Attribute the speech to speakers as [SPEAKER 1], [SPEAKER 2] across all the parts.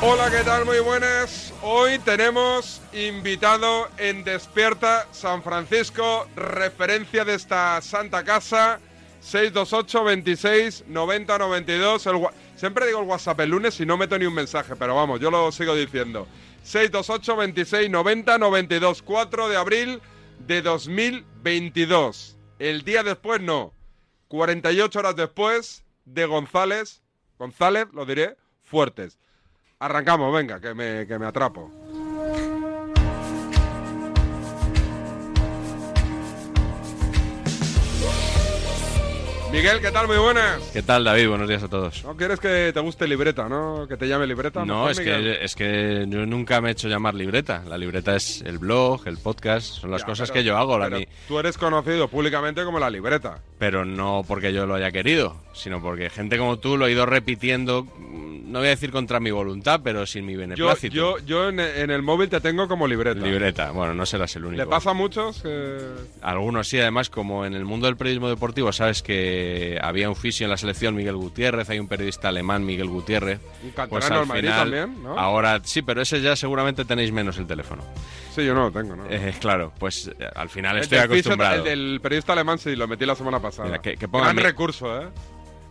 [SPEAKER 1] Hola, ¿qué tal? Muy buenas. Hoy tenemos invitado en Despierta San Francisco, referencia de esta santa casa, 628 26 90 92. El wa- Siempre digo el WhatsApp el lunes y no meto ni un mensaje, pero vamos, yo lo sigo diciendo. 628 26 90 92, 4 de abril de 2022. El día después no, 48 horas después de González, González, lo diré, Fuertes. Arrancamos, venga, que me, que me atrapo. Miguel, ¿qué tal? Muy buenas.
[SPEAKER 2] ¿Qué tal, David? Buenos días a todos.
[SPEAKER 1] No quieres que te guste libreta, ¿no? Que te llame libreta.
[SPEAKER 2] No,
[SPEAKER 1] Mejor,
[SPEAKER 2] es
[SPEAKER 1] Miguel.
[SPEAKER 2] que, es que yo nunca me he hecho llamar libreta. La libreta es el blog, el podcast, son las
[SPEAKER 1] Ya,
[SPEAKER 2] cosas
[SPEAKER 1] pero-
[SPEAKER 2] que yo hago, la
[SPEAKER 1] pero
[SPEAKER 2] mi-
[SPEAKER 1] Tú eres conocido públicamente como la libreta.
[SPEAKER 2] pero no porque yo lo haya querido, sino porque gente como tú lo ha ido repitiendo, mm, no voy a decir contra mi voluntad, pero sin mi
[SPEAKER 1] Yo,
[SPEAKER 2] beneplácito.
[SPEAKER 1] yo, yo en, en el móvil te tengo como libreta.
[SPEAKER 2] Libreta, bueno, no serás el único.
[SPEAKER 1] ¿Le pasa a muchos? que-
[SPEAKER 2] Algunos sí, además, como en el mundo del periodismo deportivo, sabes que había un fisio en la selección, Miguel Gutiérrez, hay un periodista alemán, Miguel Gutiérrez. Pues
[SPEAKER 1] Un canterano del Madrid también, ¿no?
[SPEAKER 2] Ahora sí, pero ese ya seguramente tenéis menos el teléfono.
[SPEAKER 1] Sí, yo no lo tengo, ¿no?
[SPEAKER 2] Eh, claro, pues eh, al final
[SPEAKER 1] El
[SPEAKER 2] estoy
[SPEAKER 1] del fisio-
[SPEAKER 2] acostumbrado.
[SPEAKER 1] El del periodista alemán, sí, lo metí la semana pasada.
[SPEAKER 2] Mira, que- que ponga
[SPEAKER 1] Gran
[SPEAKER 2] mi-
[SPEAKER 1] recurso, ¿eh?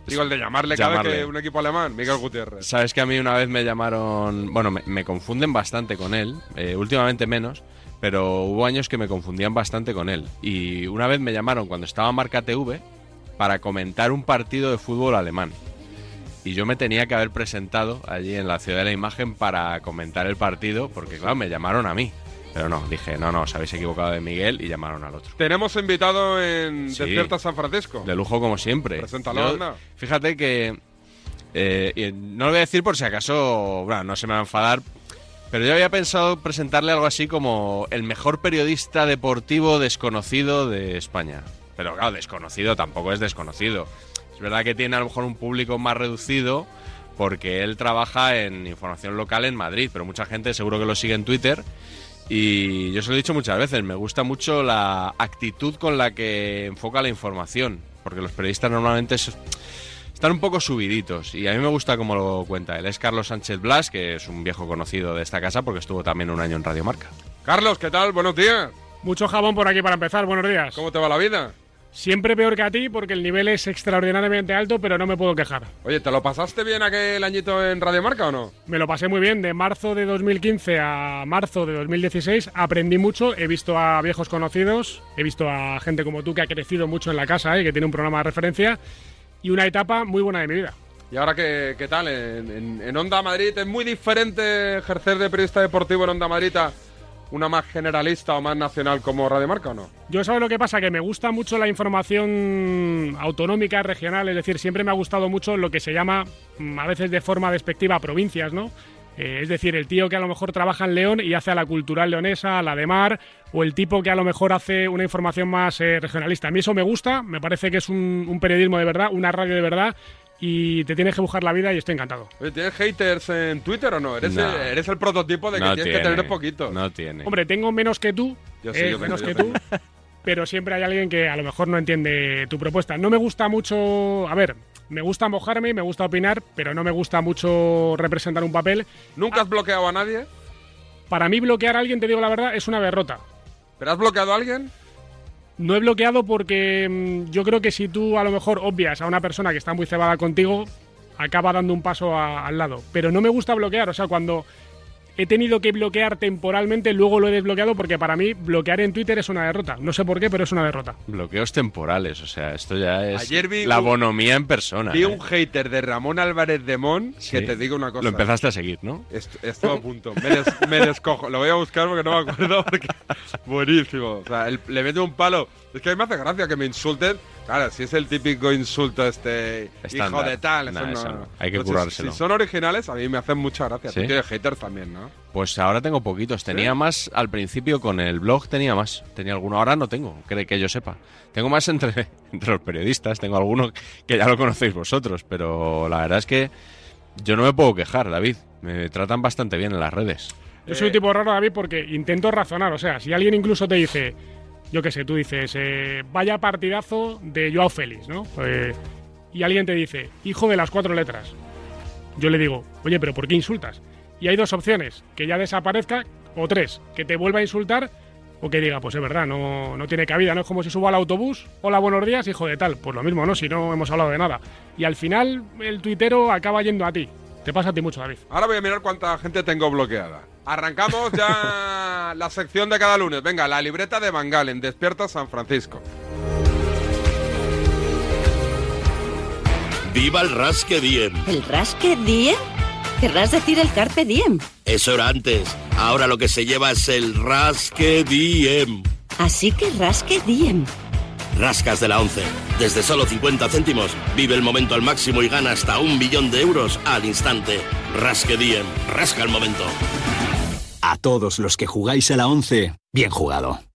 [SPEAKER 1] Digo, el de llamarle, cada vez
[SPEAKER 2] Llamarle.
[SPEAKER 1] que un equipo alemán, Miguel Gutiérrez.
[SPEAKER 2] Sabes que a mí una vez me llamaron, bueno, me, me confunden bastante con él, eh, últimamente menos, pero hubo años que me confundían bastante con él. Y una vez me llamaron cuando estaba Marca TV para comentar un partido de fútbol alemán. Y yo me tenía que haber presentado allí en la Ciudad de la Imagen para comentar el partido, porque claro, me llamaron a mí. Pero no, dije, no, no, os habéis equivocado de Miguel y llamaron al otro.
[SPEAKER 1] Tenemos invitado en
[SPEAKER 2] Sí.
[SPEAKER 1] Despierta San Francisco.
[SPEAKER 2] De lujo como siempre.
[SPEAKER 1] Preséntalo,
[SPEAKER 2] Yo-
[SPEAKER 1] anda.
[SPEAKER 2] Fíjate que... eh, y no lo voy a decir por si acaso, bueno, no se me va a enfadar, pero yo había pensado presentarle algo así como el mejor periodista deportivo desconocido de España. Pero claro, desconocido tampoco es desconocido. Es verdad que tiene a lo mejor un público más reducido porque él trabaja en información local en Madrid, pero mucha gente seguro que lo sigue en Twitter. Y yo se lo he dicho muchas veces, me gusta mucho la actitud con la que enfoca la información, porque los periodistas normalmente es- están un poco subiditos y a mí me gusta cómo lo cuenta él. Es Carlos Sánchez Blas, que es un viejo conocido de esta casa porque estuvo también un año en Radio Marca.
[SPEAKER 1] Carlos, ¿qué tal? Buenos días.
[SPEAKER 3] Mucho jabón por aquí para empezar, buenos días.
[SPEAKER 1] ¿Cómo te va la vida?
[SPEAKER 3] Siempre peor que a ti porque el nivel es extraordinariamente alto, pero no me puedo quejar.
[SPEAKER 1] Oye, ¿te lo pasaste bien aquel añito en Radio Marca o no?
[SPEAKER 3] Me lo pasé muy bien, de marzo de 2015 a marzo de 2016 aprendí mucho, he visto a viejos conocidos, he visto a gente como tú que ha crecido mucho en la casa y que tiene un programa de referencia y una etapa muy buena de mi vida.
[SPEAKER 1] ¿Y ahora qué, qué tal? En, en- en Onda Madrid es muy diferente ejercer de periodista deportivo en Onda Madrid a una más generalista o más nacional como Radio Marca o no?
[SPEAKER 3] Yo sabes lo que pasa, que me gusta mucho la información autonómica, regional, es decir, siempre me ha gustado mucho lo que se llama, mm, a veces de forma despectiva, provincias, ¿no? Eh, es decir, el tío que a lo mejor trabaja en León y hace a la cultural leonesa, a la de mar, o el tipo que a lo mejor hace una información más eh, regionalista. A mí eso me gusta, me parece que es un, un periodismo de verdad, una radio de verdad, y te tienes que buscar la vida y estoy encantado.
[SPEAKER 1] Oye, ¿Tienes haters en Twitter o no? Eres,
[SPEAKER 2] No.
[SPEAKER 1] El, eres el prototipo de que
[SPEAKER 2] No
[SPEAKER 1] tienes que
[SPEAKER 2] tiene,
[SPEAKER 1] tener poquito.
[SPEAKER 2] No tiene.
[SPEAKER 3] Hombre, tengo menos que tú,
[SPEAKER 1] Yo
[SPEAKER 3] eh,
[SPEAKER 1] sí, yo tengo,
[SPEAKER 3] menos
[SPEAKER 1] yo
[SPEAKER 3] que
[SPEAKER 1] tengo.
[SPEAKER 3] tú, pero siempre hay alguien que a lo mejor no entiende tu propuesta. No me gusta mucho, a ver, me gusta mojarme, y me gusta opinar, pero no me gusta mucho representar un papel. Ah.
[SPEAKER 1] ¿Nunca has bloqueado a nadie?
[SPEAKER 3] Para mí bloquear a alguien, te digo la verdad, es una derrota.
[SPEAKER 1] ¿Pero has bloqueado a alguien?
[SPEAKER 3] No he bloqueado porque mm, yo creo que si tú a lo mejor obvias a una persona que está muy cebada contigo, acaba dando un paso a- al lado. Pero no me gusta bloquear, o sea, cuando he tenido que bloquear temporalmente, luego lo he desbloqueado porque para mí bloquear en Twitter es una derrota. No sé por qué, pero es una derrota.
[SPEAKER 2] Bloqueos temporales, o sea, esto ya es
[SPEAKER 1] Ayer vi
[SPEAKER 2] la
[SPEAKER 1] un-
[SPEAKER 2] bonomía en persona.
[SPEAKER 1] Vi
[SPEAKER 2] ¿eh?
[SPEAKER 1] un hater de Ramón Álvarez de Mon que
[SPEAKER 2] Sí.
[SPEAKER 1] te digo una cosa.
[SPEAKER 2] Lo empezaste a seguir, ¿no?
[SPEAKER 1] Est- Estuvo a punto. Me, des- me descojo. Lo voy a buscar porque no me acuerdo. Porque... Buenísimo. O sea, el- le mete un palo. Es que a mí me hace gracia que me insulten. Claro, si es el típico insulto este hijo
[SPEAKER 2] Estándar.
[SPEAKER 1] de tal.
[SPEAKER 2] Nah,
[SPEAKER 1] eso no-
[SPEAKER 2] eso no. Hay que
[SPEAKER 1] Entonces,
[SPEAKER 2] currárselo.
[SPEAKER 1] Si son originales, a mí me hacen mucha gracia.
[SPEAKER 2] ¿Sí?
[SPEAKER 1] Tú tienes haters también, ¿no?
[SPEAKER 2] Pues ahora tengo poquitos. Tenía más al principio con el blog, tenía más. Tenía alguno, ahora no tengo, cree que yo sepa. Tengo más entre, entre los periodistas, tengo alguno que ya lo conocéis vosotros, pero la verdad es que yo no me puedo quejar, David. Me tratan bastante bien en las redes.
[SPEAKER 3] Yo soy un tipo raro, David, porque intento razonar. O sea, si alguien incluso te dice, yo qué sé, tú dices, eh, vaya partidazo de Joao Félix, ¿no? Eh, y alguien te dice, hijo de las cuatro letras. Yo le digo, oye, pero ¿por qué insultas? Y hay dos opciones, que ya desaparezca, o tres, que te vuelva a insultar, o que diga, pues es verdad, no, no tiene cabida, no es como si subo al autobús, hola, buenos días, hijo de tal. Pues lo mismo, ¿no? Si no hemos hablado de nada. Y al final, el tuitero acaba yendo a ti. Te pasa a ti mucho, David.
[SPEAKER 1] Ahora voy a mirar cuánta gente tengo bloqueada. Arrancamos ya la sección de cada lunes. Venga, la libreta de Mangal en Despierta San Francisco.
[SPEAKER 4] ¡Viva el Rasque Diem!
[SPEAKER 5] ¿El rasque diem? ¿Querrás decir el carpe diem?
[SPEAKER 4] Eso era antes. Ahora lo que se lleva es el Rasque Diem.
[SPEAKER 5] Así que rasque diem.
[SPEAKER 4] Rascas de la 11. Desde solo 50 céntimos, vive el momento al máximo y gana hasta un millón de euros al instante. Rasque Diem. Rasca el momento.
[SPEAKER 6] A todos los que jugáis a la 11, bien jugado.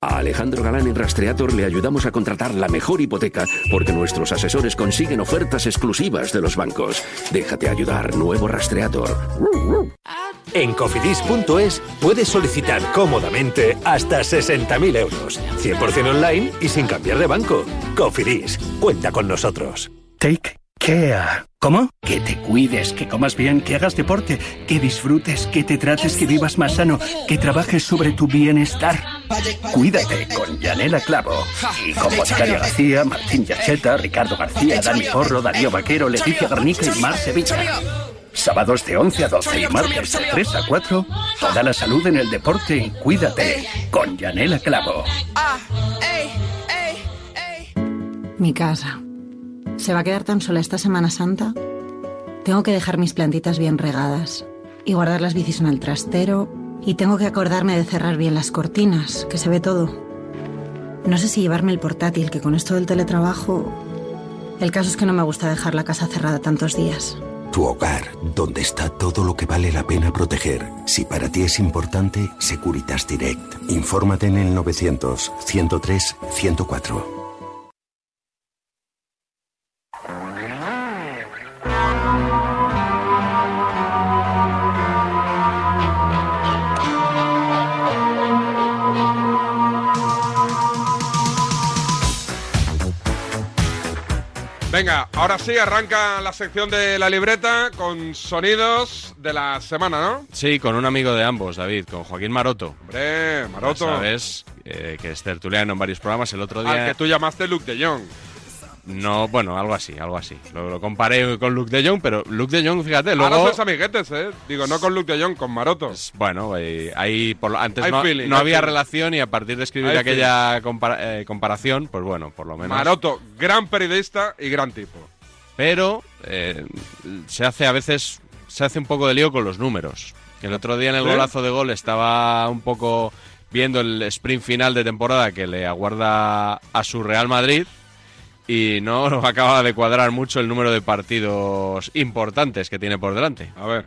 [SPEAKER 7] A Alejandro Galán en Rastreator le ayudamos a contratar la mejor hipoteca porque nuestros asesores consiguen ofertas exclusivas de los bancos. Déjate ayudar, nuevo Rastreator.
[SPEAKER 8] En cofidis.es puedes solicitar cómodamente hasta 60.000 euros, 100% online y sin cambiar de banco. Cofidis, cuenta con nosotros.
[SPEAKER 9] Take care. ¿Cómo? Que te cuides, que comas bien, que hagas deporte, que disfrutes, que te trates, que vivas más sano, que trabajes sobre tu bienestar. Cuídate con Yanela Clavo y con Boticaria García, Martín Yacheta, Ricardo García, Dani Porro, Darío Vaquero, Leticia Garnica y Mar Sevilla. Sábados de 11 a 12 y martes de 3 a 4. Toda la salud en el deporte y cuídate con Yanela Clavo.
[SPEAKER 10] Mi casa. ¿Se va a quedar tan sola esta Semana Santa? Tengo que dejar mis plantitas bien regadas y guardar las bicis en el trastero y tengo que acordarme de cerrar bien las cortinas, que se ve todo. No sé si llevarme el portátil, que con esto del teletrabajo... El caso es que no me gusta dejar la casa cerrada tantos días.
[SPEAKER 11] Tu hogar, donde está todo lo que vale la pena proteger. Si para ti es importante, Securitas Direct. Infórmate en el 900 103 104.
[SPEAKER 1] Venga, ahora sí arranca la sección de la libreta con sonidos de la semana, ¿no?
[SPEAKER 2] Sí, con un amigo de ambos, David, con Joaquín Maroto.
[SPEAKER 1] Hombre, Maroto.
[SPEAKER 2] Ya Sabes eh, que es tertuliano en varios programas el otro día.
[SPEAKER 1] Al que tú llamaste Luke de Jong.
[SPEAKER 2] No, bueno, algo así, algo así. Lo, lo comparé con Luke de Jong, pero Luke de Jong,
[SPEAKER 1] Ah,
[SPEAKER 2] fíjate, luego...
[SPEAKER 1] Ahora sois amiguetes, ¿eh? Digo, no con Luke de Jong, con Maroto.
[SPEAKER 2] Bueno, eh, ahí por lo- antes
[SPEAKER 1] Hay
[SPEAKER 2] no,
[SPEAKER 1] feeling,
[SPEAKER 2] no
[SPEAKER 1] hay
[SPEAKER 2] había
[SPEAKER 1] feeling.
[SPEAKER 2] relación y a partir de escribir
[SPEAKER 1] Hay
[SPEAKER 2] aquella compara- eh, comparación, pues bueno, por lo menos.
[SPEAKER 1] Maroto, gran periodista y gran tipo.
[SPEAKER 2] Pero eh, se hace a veces, se hace un poco de lío con los números. El otro día en el
[SPEAKER 1] ¿Sí?
[SPEAKER 2] golazo de gol estaba un poco viendo el sprint final de temporada que le aguarda a su Real Madrid y no nos acaba de cuadrar mucho el número de partidos importantes que tiene por delante.
[SPEAKER 1] A ver.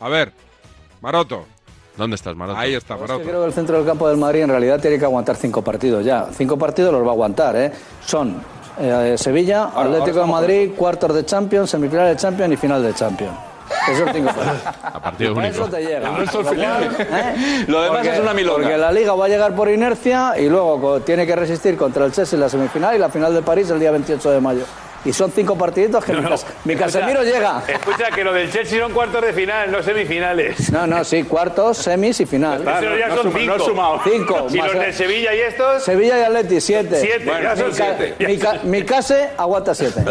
[SPEAKER 1] A ver, Maroto.
[SPEAKER 2] ¿Dónde estás, Maroto?
[SPEAKER 1] Ahí está,
[SPEAKER 12] Yo
[SPEAKER 1] Maroto.
[SPEAKER 12] creo que el centro del campo del Madrid en realidad tiene que aguantar cinco partidos ya. Cinco partidos los va a aguantar, ¿eh? Son eh, Sevilla,
[SPEAKER 13] ahora
[SPEAKER 12] Atlético de
[SPEAKER 13] estamos
[SPEAKER 12] Madrid, cuartos de Champions, semifinal de Champions y final de Champions. Esos cinco partidos.
[SPEAKER 2] A partido
[SPEAKER 12] Para
[SPEAKER 2] único.
[SPEAKER 12] Eso te llega.
[SPEAKER 13] El nuestro
[SPEAKER 12] Lo
[SPEAKER 13] final.
[SPEAKER 12] ¿eh?
[SPEAKER 13] Lo demás es una milonga.
[SPEAKER 12] Porque la Liga va a llegar por inercia y luego co- tiene que resistir contra el Chelsea en la semifinal y la final de París el día 28 de mayo. Y son cinco partiditos que mi, Cas- mi
[SPEAKER 14] Escucha,
[SPEAKER 12] Casemiro llega.
[SPEAKER 14] Escucha que lo del Chelsea son cuartos de final, no semifinales.
[SPEAKER 12] No, no, sí, cuartos, semis y final.
[SPEAKER 14] Eso ya son cinco.
[SPEAKER 12] Cinco.
[SPEAKER 14] Y
[SPEAKER 12] más
[SPEAKER 14] los de
[SPEAKER 12] el-
[SPEAKER 14] Sevilla y estos.
[SPEAKER 12] Sevilla y Atleti, siete.
[SPEAKER 14] Siete, Bueno, ya son
[SPEAKER 12] mi, ca-
[SPEAKER 14] siete.
[SPEAKER 12] mi ca- mi case aguanta siete.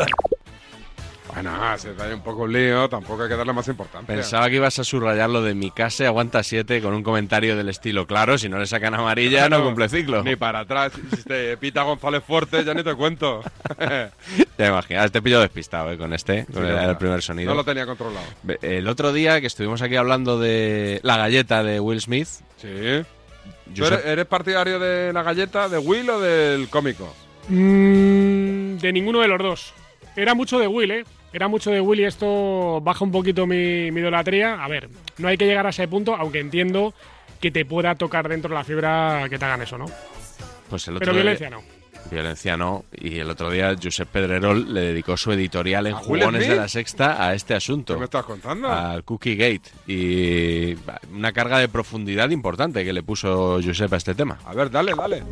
[SPEAKER 1] Bueno, ah, se da un poco un lío, tampoco hay que darle más importancia.
[SPEAKER 2] Pensaba que ibas a subrayar lo de mi casa aguanta 7 con un comentario del estilo, claro, si no le sacan amarilla no
[SPEAKER 1] Claro,
[SPEAKER 2] cumple ciclo.
[SPEAKER 1] Ni para atrás. Si te pita González Fuerte, ya ni te cuento.
[SPEAKER 2] Ya me imaginas, te pillo despistado eh, con este, con
[SPEAKER 1] Sí,
[SPEAKER 2] el,
[SPEAKER 1] no,
[SPEAKER 2] el primer sonido.
[SPEAKER 1] No lo tenía controlado.
[SPEAKER 2] Ve- El otro día que estuvimos aquí hablando de la galleta de Will Smith.
[SPEAKER 1] Sí. ¿Tú
[SPEAKER 2] Josep-
[SPEAKER 1] eres, eres partidario de la galleta, de Will o del cómico?
[SPEAKER 15] Mm, de ninguno de los dos. Era mucho de Will, ¿eh? Era mucho de Will y esto baja un poquito mi, mi idolatría. A ver, no hay que llegar a ese punto, aunque entiendo que te pueda tocar dentro la fibra que te hagan eso, ¿no?
[SPEAKER 2] Pues el otro
[SPEAKER 15] Pero
[SPEAKER 2] día-
[SPEAKER 15] violencia no.
[SPEAKER 2] Violencia no. Y el otro día Josep Pedrerol le dedicó su editorial en
[SPEAKER 1] Will
[SPEAKER 2] Jugones de
[SPEAKER 1] Smith?
[SPEAKER 2] la Sexta a este asunto.
[SPEAKER 1] ¿Qué me estás contando?
[SPEAKER 2] Al Cookie Gate. Y una carga de profundidad importante que le puso Josep a este tema.
[SPEAKER 1] A ver, dale, dale.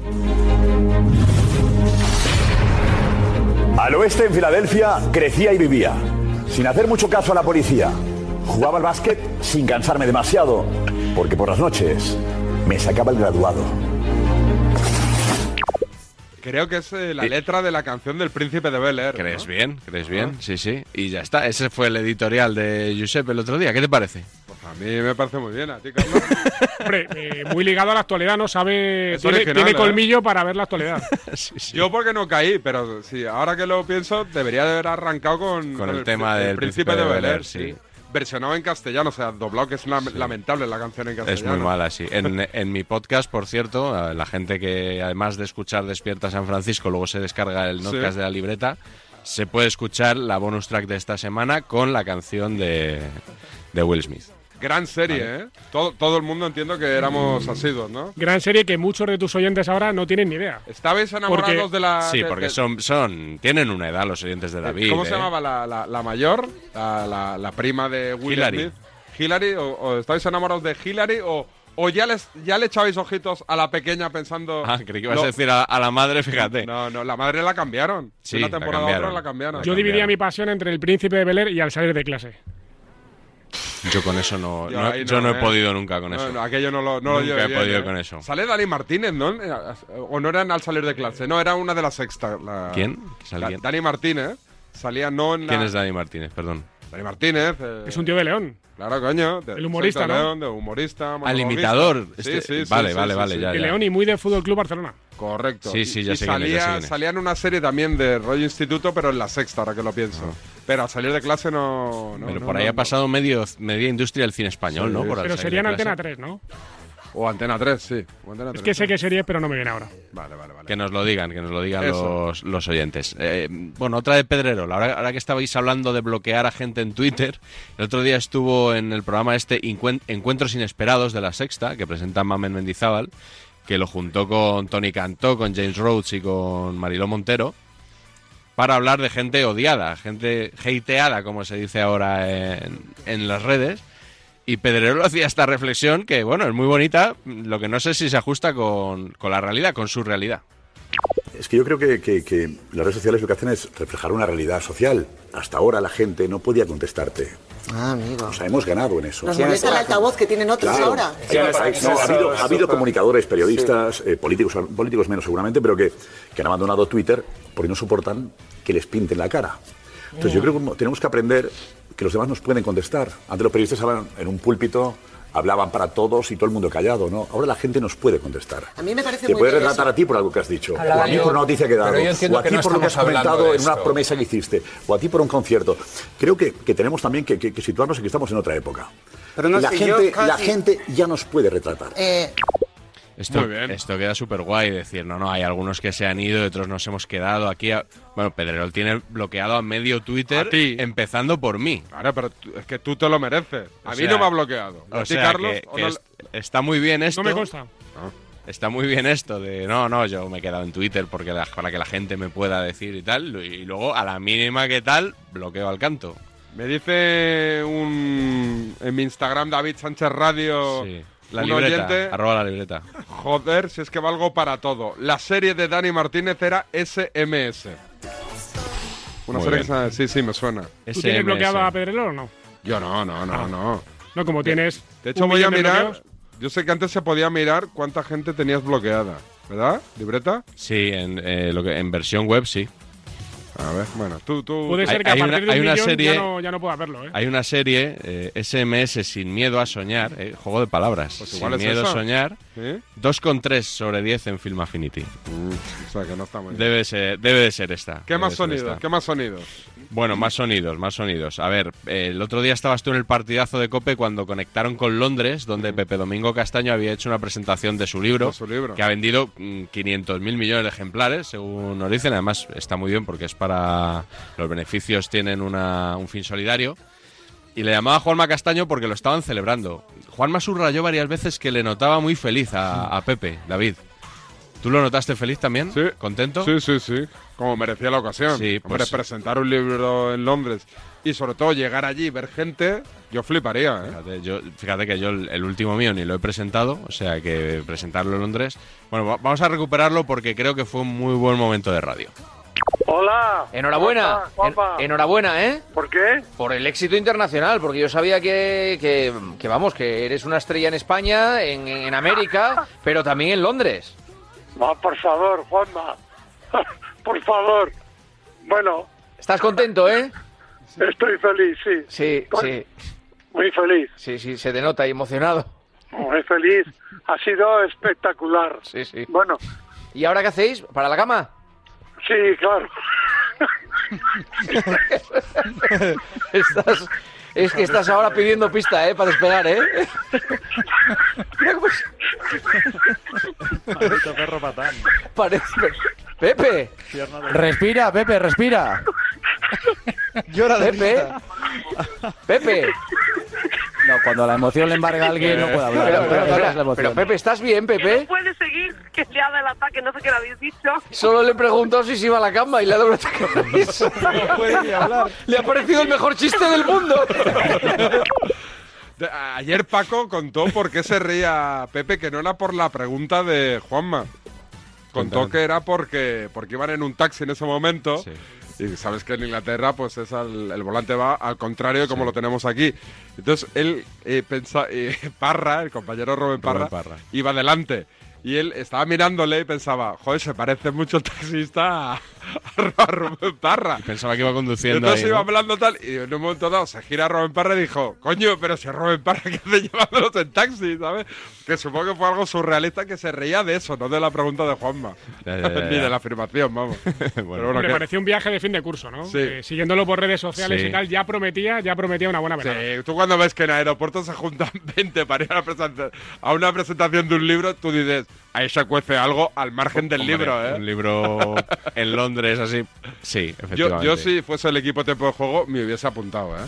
[SPEAKER 16] Al oeste, en Filadelfia, crecía y vivía, sin hacer mucho caso a la policía. Jugaba al básquet sin cansarme demasiado, porque por las noches me sacaba el graduado.
[SPEAKER 1] Creo que es eh, la letra de la canción del Príncipe de Bel Air.
[SPEAKER 2] ¿Crees bien? ¿Crees bien?
[SPEAKER 1] Ah.
[SPEAKER 2] Sí, sí. Y ya está. Ese fue el editorial de Josep el otro día. ¿Qué te parece?
[SPEAKER 1] A mí me parece muy bien, a ti, Carlos.
[SPEAKER 15] Hombre, eh, muy ligado a la actualidad, no sabe.
[SPEAKER 1] Es
[SPEAKER 15] Tiene,
[SPEAKER 1] original,
[SPEAKER 15] tiene
[SPEAKER 1] ¿eh?
[SPEAKER 15] colmillo para ver la actualidad.
[SPEAKER 1] Yo porque no caí, pero sí, ahora que lo pienso, debería de haber arrancado con,
[SPEAKER 2] el tema del Príncipe de Bel Air, sí.
[SPEAKER 1] Versionado en castellano, o sea, doblado, que es lam- lamentable la canción en
[SPEAKER 2] Es
[SPEAKER 1] castellano.
[SPEAKER 2] muy mala, sí. En, en mi podcast, por cierto, a la gente que además de escuchar Despierta San Francisco, luego se descarga el
[SPEAKER 1] Sí.
[SPEAKER 2] podcast de la libreta, se puede escuchar la bonus track de esta semana con la canción de, de Will Smith.
[SPEAKER 1] Gran serie, ¿eh? Todo, todo el mundo entiendo que éramos asiduos, ¿no?
[SPEAKER 15] Gran serie que muchos de tus oyentes ahora no tienen ni idea.
[SPEAKER 1] ¿Estabais enamorados
[SPEAKER 15] Porque-
[SPEAKER 1] de la...?
[SPEAKER 2] Sí,
[SPEAKER 1] de-
[SPEAKER 2] porque
[SPEAKER 1] de-
[SPEAKER 2] son, son tienen una edad los oyentes de David.
[SPEAKER 1] ¿Cómo
[SPEAKER 2] ¿eh?
[SPEAKER 1] se llamaba la, la- la mayor? La, la- la prima de Will
[SPEAKER 2] Hillary.
[SPEAKER 1] Smith. Hillary, o, o estáis enamorados de Hillary o, o ya, les, ya le echabais ojitos a la pequeña pensando...
[SPEAKER 2] Ah, creí que ibas
[SPEAKER 1] "No,
[SPEAKER 2] a decir a, a la madre, fíjate.
[SPEAKER 1] No, no, la madre la cambiaron.
[SPEAKER 2] Sí,
[SPEAKER 1] de una
[SPEAKER 2] la
[SPEAKER 1] temporada a otra
[SPEAKER 2] cambiaron.
[SPEAKER 1] la cambiaron.
[SPEAKER 15] Yo dividía mi pasión entre el príncipe de Bel Air y al salir de clase.
[SPEAKER 2] Yo con eso no,
[SPEAKER 1] Yo
[SPEAKER 2] no-
[SPEAKER 1] ahí
[SPEAKER 2] yo no he
[SPEAKER 1] eh.
[SPEAKER 2] podido nunca con
[SPEAKER 1] No,
[SPEAKER 2] eso.
[SPEAKER 1] no, aquello no lo, no lo
[SPEAKER 2] Nunca
[SPEAKER 1] llevé
[SPEAKER 2] he
[SPEAKER 1] bien,
[SPEAKER 2] podido
[SPEAKER 1] eh.
[SPEAKER 2] con eso.
[SPEAKER 1] Sale Dani Martínez, ¿no? Eh, O no eran al salir de clase. No, era una de la sexta. la-
[SPEAKER 2] ¿Quién? ¿Sale
[SPEAKER 1] la-
[SPEAKER 2] quién?
[SPEAKER 1] Dani Martínez. Salía no en la-
[SPEAKER 2] ¿Quién es Dani Martínez? Perdón.
[SPEAKER 1] Dani Martínez. eh,
[SPEAKER 15] Es un tío de León.
[SPEAKER 1] Claro, Ah, coño. de-
[SPEAKER 15] El humorista,
[SPEAKER 1] soy de
[SPEAKER 15] ¿no?
[SPEAKER 1] León, de humorista.
[SPEAKER 2] Al
[SPEAKER 1] monologuista.
[SPEAKER 2] imitador.
[SPEAKER 1] Sí,
[SPEAKER 2] Este-
[SPEAKER 1] sí, sí,
[SPEAKER 2] vale,
[SPEAKER 1] sí,
[SPEAKER 2] vale,
[SPEAKER 1] sí,
[SPEAKER 2] vale,
[SPEAKER 1] sí.
[SPEAKER 2] ya,
[SPEAKER 15] De
[SPEAKER 2] ya.
[SPEAKER 15] León y muy de Fútbol Club Barcelona.
[SPEAKER 1] Correcto.
[SPEAKER 2] Sí, sí, ya
[SPEAKER 1] y
[SPEAKER 2] sé quién es,
[SPEAKER 1] salía,
[SPEAKER 2] ya sé quién es.
[SPEAKER 1] salía en una serie también de rollo instituto, pero en la sexta, ahora que lo pienso. Pero al salir de clase no. no,
[SPEAKER 2] Ah. Pero
[SPEAKER 1] no,
[SPEAKER 2] por ahí
[SPEAKER 1] no,
[SPEAKER 2] ha pasado medio, media industria del cine español,
[SPEAKER 1] Sí,
[SPEAKER 2] ¿no? Por
[SPEAKER 15] Pero
[SPEAKER 2] Alzheimer
[SPEAKER 15] sería en
[SPEAKER 2] Clase.
[SPEAKER 15] Antena 3, ¿no?
[SPEAKER 1] O Antena 3, sí. o Antena
[SPEAKER 15] Es
[SPEAKER 1] 3.
[SPEAKER 15] que sé qué serie, pero no me viene ahora.
[SPEAKER 1] Vale, vale, vale.
[SPEAKER 2] Que nos lo digan, que nos lo digan
[SPEAKER 1] Eso.
[SPEAKER 2] los, los oyentes. Eh, bueno, otra de Pedrerol. Ahora, ahora que estabais hablando de bloquear a gente en Twitter, el otro día estuvo en el programa este Encuen- Encuentros Inesperados de la Sexta, que presenta Mamen Mendizábal, que lo juntó con Tony Cantó, con James Rhodes y con Mariló Montero, para hablar de gente odiada, gente hateada, como se dice ahora en, en las redes. Y Pedrerol hacía esta reflexión que, bueno, es muy bonita, lo que no sé si se ajusta con- con la realidad, con su realidad.
[SPEAKER 16] Es que yo creo que, que- que las redes sociales lo que hacen es reflejar una realidad social. Hasta ahora la gente no podía contestarte.
[SPEAKER 9] Ah, amigo.
[SPEAKER 16] O sea, hemos ganado en eso.
[SPEAKER 17] Nos molesta el altavoz que tienen otros
[SPEAKER 16] Claro.
[SPEAKER 17] ahora.
[SPEAKER 16] Sí, no, ha, habido, ha habido comunicadores, periodistas, eh, políticos, políticos menos seguramente, pero que, que han abandonado Twitter porque no soportan que les pinten la cara. Entonces yo creo que tenemos que aprender que los demás nos pueden contestar. Antes los periodistas hablaban en un púlpito, hablaban para todos y todo el mundo callado, ¿no? Ahora la gente nos puede contestar.
[SPEAKER 17] A mí me parece
[SPEAKER 16] Te
[SPEAKER 17] muy
[SPEAKER 16] puede
[SPEAKER 17] bien
[SPEAKER 16] retratar
[SPEAKER 17] eso.
[SPEAKER 16] a ti por algo que has dicho, o
[SPEAKER 17] Hablaba
[SPEAKER 16] a mí
[SPEAKER 17] yo-
[SPEAKER 16] por una noticia que he dado,
[SPEAKER 17] pero yo entiendo
[SPEAKER 16] o a
[SPEAKER 17] que
[SPEAKER 16] ti
[SPEAKER 17] no
[SPEAKER 16] por lo que
[SPEAKER 17] estamos
[SPEAKER 16] has
[SPEAKER 17] hablando
[SPEAKER 16] comentado
[SPEAKER 17] de
[SPEAKER 16] en una
[SPEAKER 17] esto.
[SPEAKER 16] promesa que hiciste, o a ti por un concierto. Creo que, que tenemos también que, que- que situarnos en que estamos en otra época. Pero no la, gente, la gente ya nos puede retratar.
[SPEAKER 17] Eh,
[SPEAKER 2] Esto, esto queda súper guay decir, no, no, hay algunos que se han ido, otros nos hemos quedado aquí. a- Bueno, Pedrerol tiene bloqueado a medio Twitter, empezando por mí.
[SPEAKER 1] Ahora, pero tú- es que tú te lo mereces. A
[SPEAKER 2] O
[SPEAKER 1] mí
[SPEAKER 2] sea-
[SPEAKER 1] no me ha bloqueado.
[SPEAKER 2] O
[SPEAKER 1] ¿A ti,
[SPEAKER 2] sea,
[SPEAKER 1] Carlos?
[SPEAKER 2] que-
[SPEAKER 1] ¿O
[SPEAKER 2] que
[SPEAKER 1] no-
[SPEAKER 2] est- está muy bien esto.
[SPEAKER 1] No me consta.
[SPEAKER 2] Está muy bien esto de, no, no, yo me he quedado en Twitter porque la- para que la gente me pueda decir y tal. Y luego, a la mínima que tal, bloqueo al canto.
[SPEAKER 1] Me dice un en mi Instagram David Sánchez Radio
[SPEAKER 2] La
[SPEAKER 1] un
[SPEAKER 2] libreta,
[SPEAKER 1] oyente,
[SPEAKER 2] arroba la libreta.
[SPEAKER 1] joder, si es que valgo para todo. La serie de Dani Martínez era SMS. Una
[SPEAKER 2] Muy
[SPEAKER 1] serie
[SPEAKER 2] bien.
[SPEAKER 1] que se- Ah, sí, sí, me suena.
[SPEAKER 15] ¿Tú tienes bloqueado a Pedrerol o no?
[SPEAKER 1] Yo no, no,
[SPEAKER 2] Ah.
[SPEAKER 1] no, no.
[SPEAKER 15] No, como tienes.
[SPEAKER 1] De hecho
[SPEAKER 15] un
[SPEAKER 1] voy a
[SPEAKER 15] millón de
[SPEAKER 1] mirar,
[SPEAKER 15] bloqueos.
[SPEAKER 1] yo sé que antes se podía mirar cuánta gente tenías bloqueada, ¿verdad? ¿Libreta?
[SPEAKER 2] Sí, en, eh, lo que, en versión web sí.
[SPEAKER 1] A ver, bueno, tú, tú.
[SPEAKER 15] Puede ser que a partir de un millón ya, no, ya no pueda verlo, ¿eh?
[SPEAKER 2] Hay una serie, eh, SMS Sin Miedo a Soñar, eh, juego de palabras.
[SPEAKER 1] Pues
[SPEAKER 2] sin
[SPEAKER 1] igual es
[SPEAKER 2] Miedo
[SPEAKER 1] esa.
[SPEAKER 2] a Soñar.
[SPEAKER 1] ¿Sí?
[SPEAKER 2] 2,3 sobre 10 en Film Affinity.
[SPEAKER 1] Mm, O sea, que no está muy bien.
[SPEAKER 2] Debe, ser, debe de ser esta.
[SPEAKER 1] ¿Qué
[SPEAKER 2] debe
[SPEAKER 1] más
[SPEAKER 2] ser
[SPEAKER 1] sonidos?
[SPEAKER 2] esta.
[SPEAKER 1] ¿Qué más sonidos?
[SPEAKER 2] Bueno, más sonidos, más sonidos. A ver, eh, el otro día estabas tú en el partidazo de Cope cuando conectaron con Londres, donde Pepe Domingo Castaño había hecho una presentación de su libro,
[SPEAKER 1] De su libro.
[SPEAKER 2] que ha vendido mm, 500.000 millones de ejemplares, según nos dicen. Además, está muy bien porque es para... Los beneficios tienen una- un fin solidario. Y le llamaba Juanma Castaño porque lo estaban celebrando. Juanma subrayó varias veces que le notaba muy feliz a, a Pepe, David. ¿Tú lo notaste feliz también? Sí. ¿Contento?
[SPEAKER 1] Sí, sí, sí. Como merecía la ocasión.
[SPEAKER 2] Sí,
[SPEAKER 1] Hombre,
[SPEAKER 2] pues-
[SPEAKER 1] presentar un libro en Londres y sobre todo llegar allí y ver gente, yo fliparía, ¿eh?
[SPEAKER 2] Fíjate, yo- fíjate que yo el, el último mío ni lo he presentado, o sea que presentarlo en Londres. Bueno, va- vamos a recuperarlo porque creo que fue un muy buen momento de radio.
[SPEAKER 13] Hola.
[SPEAKER 9] Enhorabuena. En- enhorabuena, ¿eh?
[SPEAKER 13] ¿Por qué?
[SPEAKER 9] Por el éxito internacional, porque yo sabía que, que, que, vamos, que eres una estrella en España, en, en América, pero también en Londres.
[SPEAKER 13] Va, por favor, Juanma. por favor. Bueno.
[SPEAKER 9] ¿Estás contento, eh?
[SPEAKER 13] Estoy feliz, sí.
[SPEAKER 9] Sí, sí.
[SPEAKER 13] Muy feliz.
[SPEAKER 9] Sí, sí, se denota y emocionado.
[SPEAKER 13] Muy feliz. Ha sido espectacular.
[SPEAKER 9] Sí, sí.
[SPEAKER 13] Bueno.
[SPEAKER 9] ¿Y ahora qué hacéis? ¿Para la cama?
[SPEAKER 13] Sí, claro.
[SPEAKER 9] Estás- es que estás ahora pidiendo pista, ¿eh? Para despegar, ¿eh? Mira cómo se- Parece... Pepe.
[SPEAKER 18] Respira, Pepe, respira.
[SPEAKER 9] Llora de Pepe. Pepe.
[SPEAKER 18] No, cuando la emoción le embarga a alguien no puede hablar.
[SPEAKER 9] Pero,
[SPEAKER 18] no
[SPEAKER 9] pero,
[SPEAKER 18] puede hablar, es la
[SPEAKER 9] pero,
[SPEAKER 18] emoción.
[SPEAKER 9] pero, Pepe, ¿estás bien, Pepe?
[SPEAKER 19] puede seguir, que le ha dado el ataque, no sé qué le habéis dicho.
[SPEAKER 9] Solo le he preguntado si se iba a la cama y le ha dado un ataque de risa. Le ha parecido el mejor chiste del mundo.
[SPEAKER 1] De- Ayer Paco contó por qué se reía Pepe, que no era por la pregunta de Juanma. Contó que era porque, porque iban en un taxi en ese momento. Y sabes que en Inglaterra, pues es al- el volante va al contrario de como lo tenemos aquí. Entonces él eh, pensa, eh, Parra, el compañero Rubén Parra,
[SPEAKER 2] Rubén Parra.
[SPEAKER 1] iba adelante. Y él estaba mirándole y pensaba, joder, se parece mucho el taxista a, a Rubén Parra.
[SPEAKER 2] Pensaba que iba
[SPEAKER 1] Y
[SPEAKER 2] conduciendo.
[SPEAKER 1] entonces
[SPEAKER 2] ahí,
[SPEAKER 1] iba
[SPEAKER 2] ¿no?
[SPEAKER 1] hablando tal, y en un momento dado se gira Robin Parra y dijo, coño, pero si Robin Parra que hace llevándolos en taxi, ¿sabes? Que supongo que fue algo surrealista que se reía de eso, no de la pregunta de Juanma.
[SPEAKER 2] Ya, ya, ya,
[SPEAKER 1] Ni
[SPEAKER 2] ya.
[SPEAKER 1] de la afirmación, vamos. Pero bueno,
[SPEAKER 15] Hombre,
[SPEAKER 1] que-
[SPEAKER 15] parecía un viaje de fin de curso, ¿no?
[SPEAKER 1] Sí.
[SPEAKER 15] Eh, siguiéndolo por redes sociales
[SPEAKER 1] Sí.
[SPEAKER 15] y tal, ya prometía, ya prometía una buena velada.
[SPEAKER 1] Sí, tú cuando ves que en aeropuertos se juntan 20 para ir a, la presenta- a una presentación de un libro, tú dices, ahí se cuece algo al margen del
[SPEAKER 2] Hombre,
[SPEAKER 1] libro, ¿eh?
[SPEAKER 2] Un libro en Londres, así. Sí,
[SPEAKER 1] Yo,
[SPEAKER 2] efectivamente.
[SPEAKER 1] yo si fuese el equipo tiempo de juego, me hubiese apuntado, ¿eh?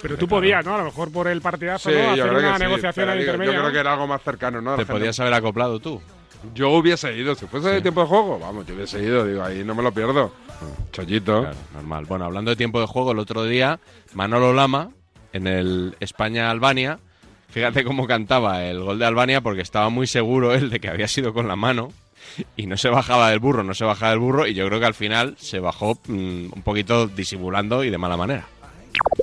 [SPEAKER 15] Pero tú podías, ¿no? A lo mejor por el partidazo,
[SPEAKER 1] Sí,
[SPEAKER 15] ¿no?
[SPEAKER 1] yo
[SPEAKER 15] Hacer
[SPEAKER 1] creo que
[SPEAKER 15] una
[SPEAKER 1] sí,
[SPEAKER 15] negociación
[SPEAKER 1] pero
[SPEAKER 15] al
[SPEAKER 1] digo,
[SPEAKER 15] intermedio.
[SPEAKER 1] Yo creo
[SPEAKER 15] ¿no?
[SPEAKER 1] que era algo más cercano, ¿no? La
[SPEAKER 2] Te
[SPEAKER 1] gente-
[SPEAKER 2] podías haber acoplado tú.
[SPEAKER 1] Yo hubiese ido, si fuese de tiempo de juego, vamos, yo hubiese ido, digo, ahí no me lo pierdo. Chollito.
[SPEAKER 2] normal. Bueno, hablando de tiempo de juego, el otro día Manolo Lama en el España-Albania, fíjate cómo cantaba el gol de Albania porque estaba muy seguro él de que había sido con la mano y no se bajaba del burro, no se bajaba del burro y yo creo que al final se bajó mm, un poquito disimulando y de mala manera.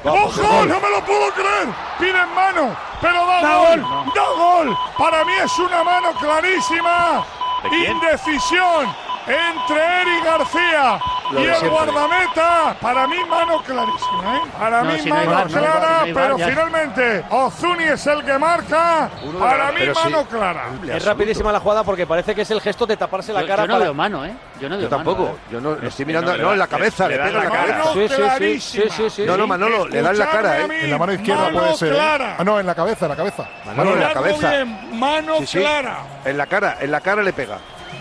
[SPEAKER 20] ¡Ojo! ¡No me lo puedo creer! Pide en mano, pero da,
[SPEAKER 2] Da
[SPEAKER 20] gol.
[SPEAKER 2] gol,
[SPEAKER 20] ¡Da gol! Para mí es una mano clarísima.
[SPEAKER 2] ¿De quién?
[SPEAKER 20] Indecisión.
[SPEAKER 21] entre Eric García
[SPEAKER 20] Lo
[SPEAKER 21] y
[SPEAKER 20] de
[SPEAKER 21] el
[SPEAKER 20] siempre.
[SPEAKER 21] guardameta. Para mí, mano clarísima, ¿eh? Para
[SPEAKER 20] No,
[SPEAKER 21] mí,
[SPEAKER 20] si no hay
[SPEAKER 21] mano
[SPEAKER 20] VAR, no hay
[SPEAKER 21] clara,
[SPEAKER 20] VAR, no hay
[SPEAKER 21] pero
[SPEAKER 20] VAR, ya.
[SPEAKER 21] finalmente Ozuni es el que marca.
[SPEAKER 20] Uno de
[SPEAKER 21] Para
[SPEAKER 20] VAR,
[SPEAKER 21] mí,
[SPEAKER 20] pero sí.
[SPEAKER 21] mano clara.
[SPEAKER 20] Amplio
[SPEAKER 22] Es rapidísima la jugada porque parece que es el gesto de taparse la
[SPEAKER 20] Yo-
[SPEAKER 22] cara.
[SPEAKER 20] yo no
[SPEAKER 22] para-
[SPEAKER 20] veo mano, ¿eh? Yo no veo
[SPEAKER 22] Yo tampoco.
[SPEAKER 20] mano, ¿eh?
[SPEAKER 15] Yo no lo estoy
[SPEAKER 20] Eh,
[SPEAKER 15] mirando.
[SPEAKER 20] no, le
[SPEAKER 15] No, en
[SPEAKER 20] da-
[SPEAKER 15] la cabeza,
[SPEAKER 20] le
[SPEAKER 15] le
[SPEAKER 20] dan
[SPEAKER 15] pega en la
[SPEAKER 20] la
[SPEAKER 15] cabeza.
[SPEAKER 20] mano
[SPEAKER 15] Sí, sí, sí.
[SPEAKER 20] clarísima.
[SPEAKER 15] Sí, sí, sí. No, no, Manolo, le dan la cara, ¿eh?
[SPEAKER 21] En la mano
[SPEAKER 15] izquierda puede ser, ¿eh?
[SPEAKER 21] clara.
[SPEAKER 15] Ah, no, en la cabeza, en la cabeza. Manolo, en la
[SPEAKER 21] Miradlo
[SPEAKER 15] cabeza.
[SPEAKER 21] bien, mano
[SPEAKER 15] Sí, sí.
[SPEAKER 21] clara.
[SPEAKER 15] En la cara, en la cara le pega.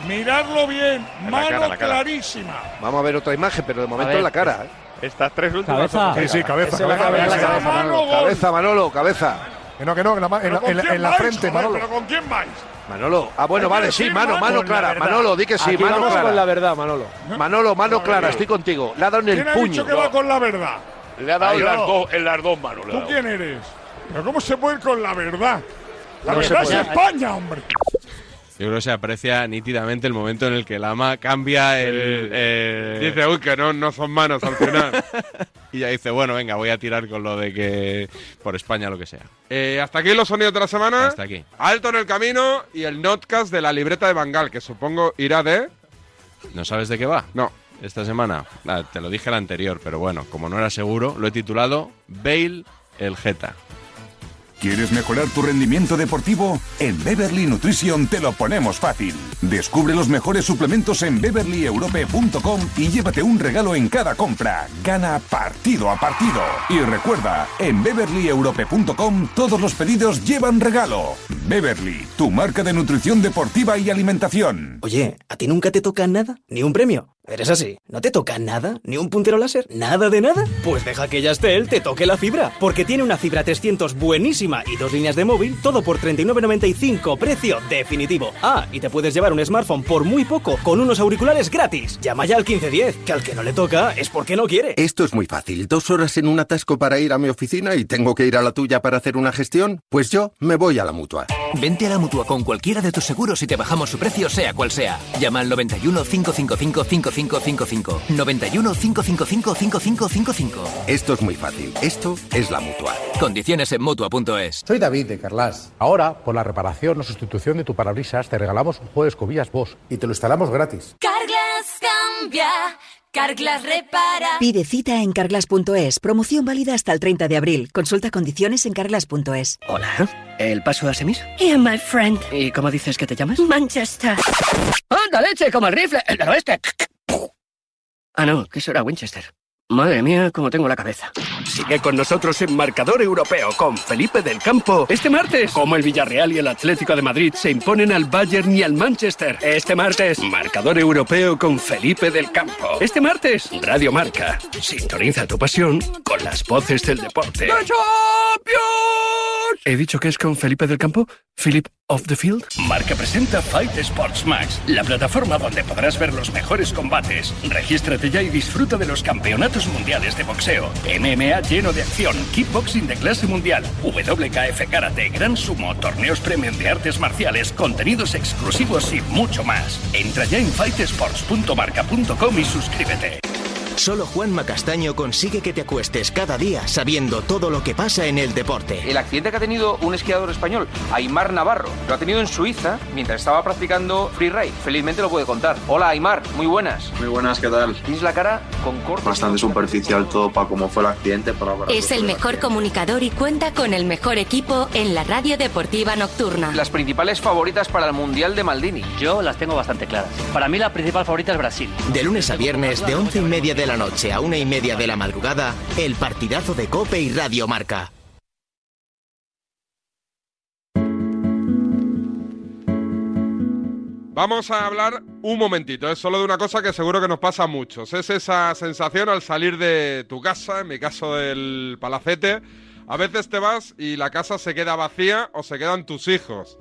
[SPEAKER 21] Miradlo bien,
[SPEAKER 15] En la
[SPEAKER 21] mano
[SPEAKER 15] cara, en la cara.
[SPEAKER 21] clarísima.
[SPEAKER 15] Vamos a ver otra imagen, pero de momento
[SPEAKER 21] ver,
[SPEAKER 15] en la cara. ¿eh?
[SPEAKER 19] Estas tres
[SPEAKER 15] últimas Cabeza. son-
[SPEAKER 19] Sí, sí, cabeza,
[SPEAKER 15] Ese va a
[SPEAKER 19] cabeza.
[SPEAKER 15] caber en la
[SPEAKER 19] cabeza.
[SPEAKER 15] cabeza, Manolo. Cabeza, Manolo, cabeza. Que no, que no, en la,
[SPEAKER 21] ¿Pero con quién vais,
[SPEAKER 15] frente,
[SPEAKER 21] joder,
[SPEAKER 15] Manolo.
[SPEAKER 21] ¿Pero con quién vais?
[SPEAKER 15] Manolo. Ah, bueno,
[SPEAKER 21] Hay que
[SPEAKER 15] vale, sí,
[SPEAKER 21] decir
[SPEAKER 15] mano,
[SPEAKER 21] mano
[SPEAKER 15] mano
[SPEAKER 21] con la
[SPEAKER 15] clara.
[SPEAKER 21] verdad.
[SPEAKER 15] Manolo, di que sí,
[SPEAKER 21] Aquí
[SPEAKER 15] mano
[SPEAKER 21] vamos
[SPEAKER 15] clara.
[SPEAKER 21] con la
[SPEAKER 15] verdad, Manolo. Manolo, mano clara, estoy contigo. Le ha dado en el
[SPEAKER 21] ¿Quién ha
[SPEAKER 15] puño.
[SPEAKER 21] dicho que va con la verdad?
[SPEAKER 15] Le ha dado
[SPEAKER 21] Ay,
[SPEAKER 15] en las
[SPEAKER 21] no.
[SPEAKER 15] dos-
[SPEAKER 19] en las dos manos.
[SPEAKER 21] ¿Tú quién eres? ¿Pero cómo se puede ir con la verdad? La
[SPEAKER 2] No se
[SPEAKER 21] verdad es
[SPEAKER 2] puede.
[SPEAKER 21] España, hombre.
[SPEAKER 2] Yo creo que se aprecia nítidamente el momento en el que Lama cambia el. eh,
[SPEAKER 1] Dice, uy, que no, no son manos al final.
[SPEAKER 2] y ya dice, bueno, venga, voy a tirar con lo de que. por España, lo que sea.
[SPEAKER 1] Eh, hasta aquí los sonidos de la semana.
[SPEAKER 2] Hasta aquí.
[SPEAKER 1] Alto en el camino y el notcast de la libreta de Bangal, que supongo irá de.
[SPEAKER 2] ¿No sabes de qué va?
[SPEAKER 1] No.
[SPEAKER 2] Esta semana, Ah, te lo dije la anterior, pero bueno, como no era seguro, lo he titulado Bale el Jeta.
[SPEAKER 14] ¿Quieres mejorar tu rendimiento deportivo? En Beverly Nutrition te lo ponemos fácil. Descubre los mejores suplementos en beverlyeurope.com y llévate un regalo en cada compra. Gana partido a partido. Y recuerda, en beverlyeurope.com todos los pedidos llevan regalo. Beverly, tu marca de nutrición deportiva y alimentación.
[SPEAKER 9] Oye, ¿a ti nunca te toca nada? ¿Ni un premio? ¿Eres así? ¿No te toca nada? ¿Ni un puntero láser? ¿Nada de nada? Pues deja que Yastel te toque la fibra, porque tiene una fibra 300 buenísima y dos líneas de móvil, todo por 39.95, precio definitivo. Ah, y te puedes llevar un smartphone por muy poco, con unos auriculares gratis. Llama ya al 1510, que al que no le toca es porque no quiere.
[SPEAKER 23] Esto es muy fácil. Dos horas en un atasco para ir a mi oficina y tengo que ir a la tuya para hacer una gestión. Pues yo me voy a la mutua.
[SPEAKER 24] Vente a la mutua con cualquiera de tus seguros y te bajamos su precio, sea cual sea. Llama al 91 555 5555. 91 555 5555.
[SPEAKER 23] Esto es muy fácil. Esto es la mutua.
[SPEAKER 24] Condiciones en mutua.es.
[SPEAKER 25] Soy David de Carlas. Ahora, por la reparación o sustitución de tu parabrisas, te regalamos un juego de escobillas vos y te lo instalamos gratis.
[SPEAKER 26] Carglass cambia, Carglass repara.
[SPEAKER 5] Pide cita en carglass.es. Promoción válida hasta el 30 de abril. Consulta condiciones en carglass.es.
[SPEAKER 26] Hola. ¿El paso a semis?
[SPEAKER 5] Here, my friend.
[SPEAKER 26] ¿Y cómo dices que te llamas?
[SPEAKER 5] Manchester.
[SPEAKER 26] ¡Anda, leche! ¡Como el rifle! ¡El del oeste! Ah, no, que eso era Winchester. Madre mía, cómo tengo la cabeza.
[SPEAKER 8] Sigue con nosotros en Marcador Europeo con Felipe del Campo. Este martes, como el Villarreal y el Atlético de Madrid se imponen al Bayern y al Manchester. Este martes, Marcador Europeo con Felipe del Campo. Este martes, Radio Marca. Sintoniza tu pasión con las voces del deporte. ¿He dicho que es con Felipe del Campo? ¿Philip of the Field? Marca presenta Fight Sports Max, la plataforma donde podrás ver los mejores combates. Regístrate ya y disfruta de los campeonatos mundiales de boxeo, MMA lleno de acción, kickboxing de clase mundial, WKF Karate, Gran Sumo, torneos premium de artes marciales, contenidos exclusivos y mucho más. Entra ya en fightsports.marca.com y suscríbete.
[SPEAKER 5] Solo Juanma Castaño consigue que te acuestes cada día sabiendo todo lo que pasa en el deporte.
[SPEAKER 27] El accidente que ha tenido un esquiador español, Aymar Navarro, lo ha tenido en Suiza mientras estaba practicando freeride. Felizmente lo puede contar. Hola Aymar, muy buenas.
[SPEAKER 28] Muy buenas, ¿qué tal?
[SPEAKER 27] Tienes la cara con cortes.
[SPEAKER 28] Bastante superficial todo para cómo fue el accidente. Para para-
[SPEAKER 26] Es el mejor comunicador y cuenta con el mejor equipo en la radio deportiva nocturna.
[SPEAKER 27] Las principales favoritas para el Mundial de Maldini.
[SPEAKER 26] Yo las tengo bastante claras.
[SPEAKER 5] Para mí la principal favorita es Brasil. De lunes a viernes, de once y media de la noche a una y media de la madrugada, el partidazo de Cope y Radio Marca.
[SPEAKER 1] Vamos a hablar un momentito, es solo de una cosa que seguro que nos pasa a muchos. Es esa sensación al salir de tu casa, en mi caso del palacete. A veces te vas y la casa se queda vacía o se quedan tus hijos.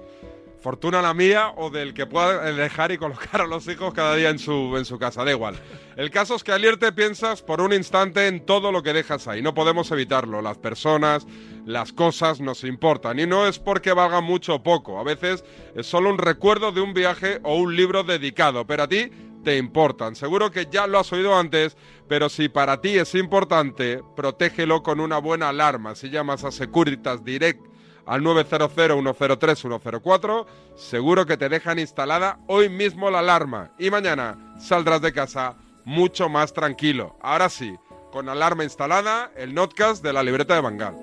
[SPEAKER 1] Fortuna la mía o del que pueda dejar y colocar a los hijos cada día en su, en su casa, da igual. El caso es que al irte piensas por un instante en todo lo que dejas ahí, no podemos evitarlo, las personas, las cosas nos importan y no es porque valgan mucho o poco, a veces es solo un recuerdo de un viaje o un libro dedicado, pero a ti te importan. Seguro que ya lo has oído antes, pero si para ti es importante, protégelo con una buena alarma. Si llamas a Securitas Direct al 900-103-104, seguro que te dejan instalada hoy mismo la alarma. Y mañana,
[SPEAKER 15] saldrás de casa mucho más tranquilo. Ahora sí, con alarma instalada, el notcast de la libreta de Bangal.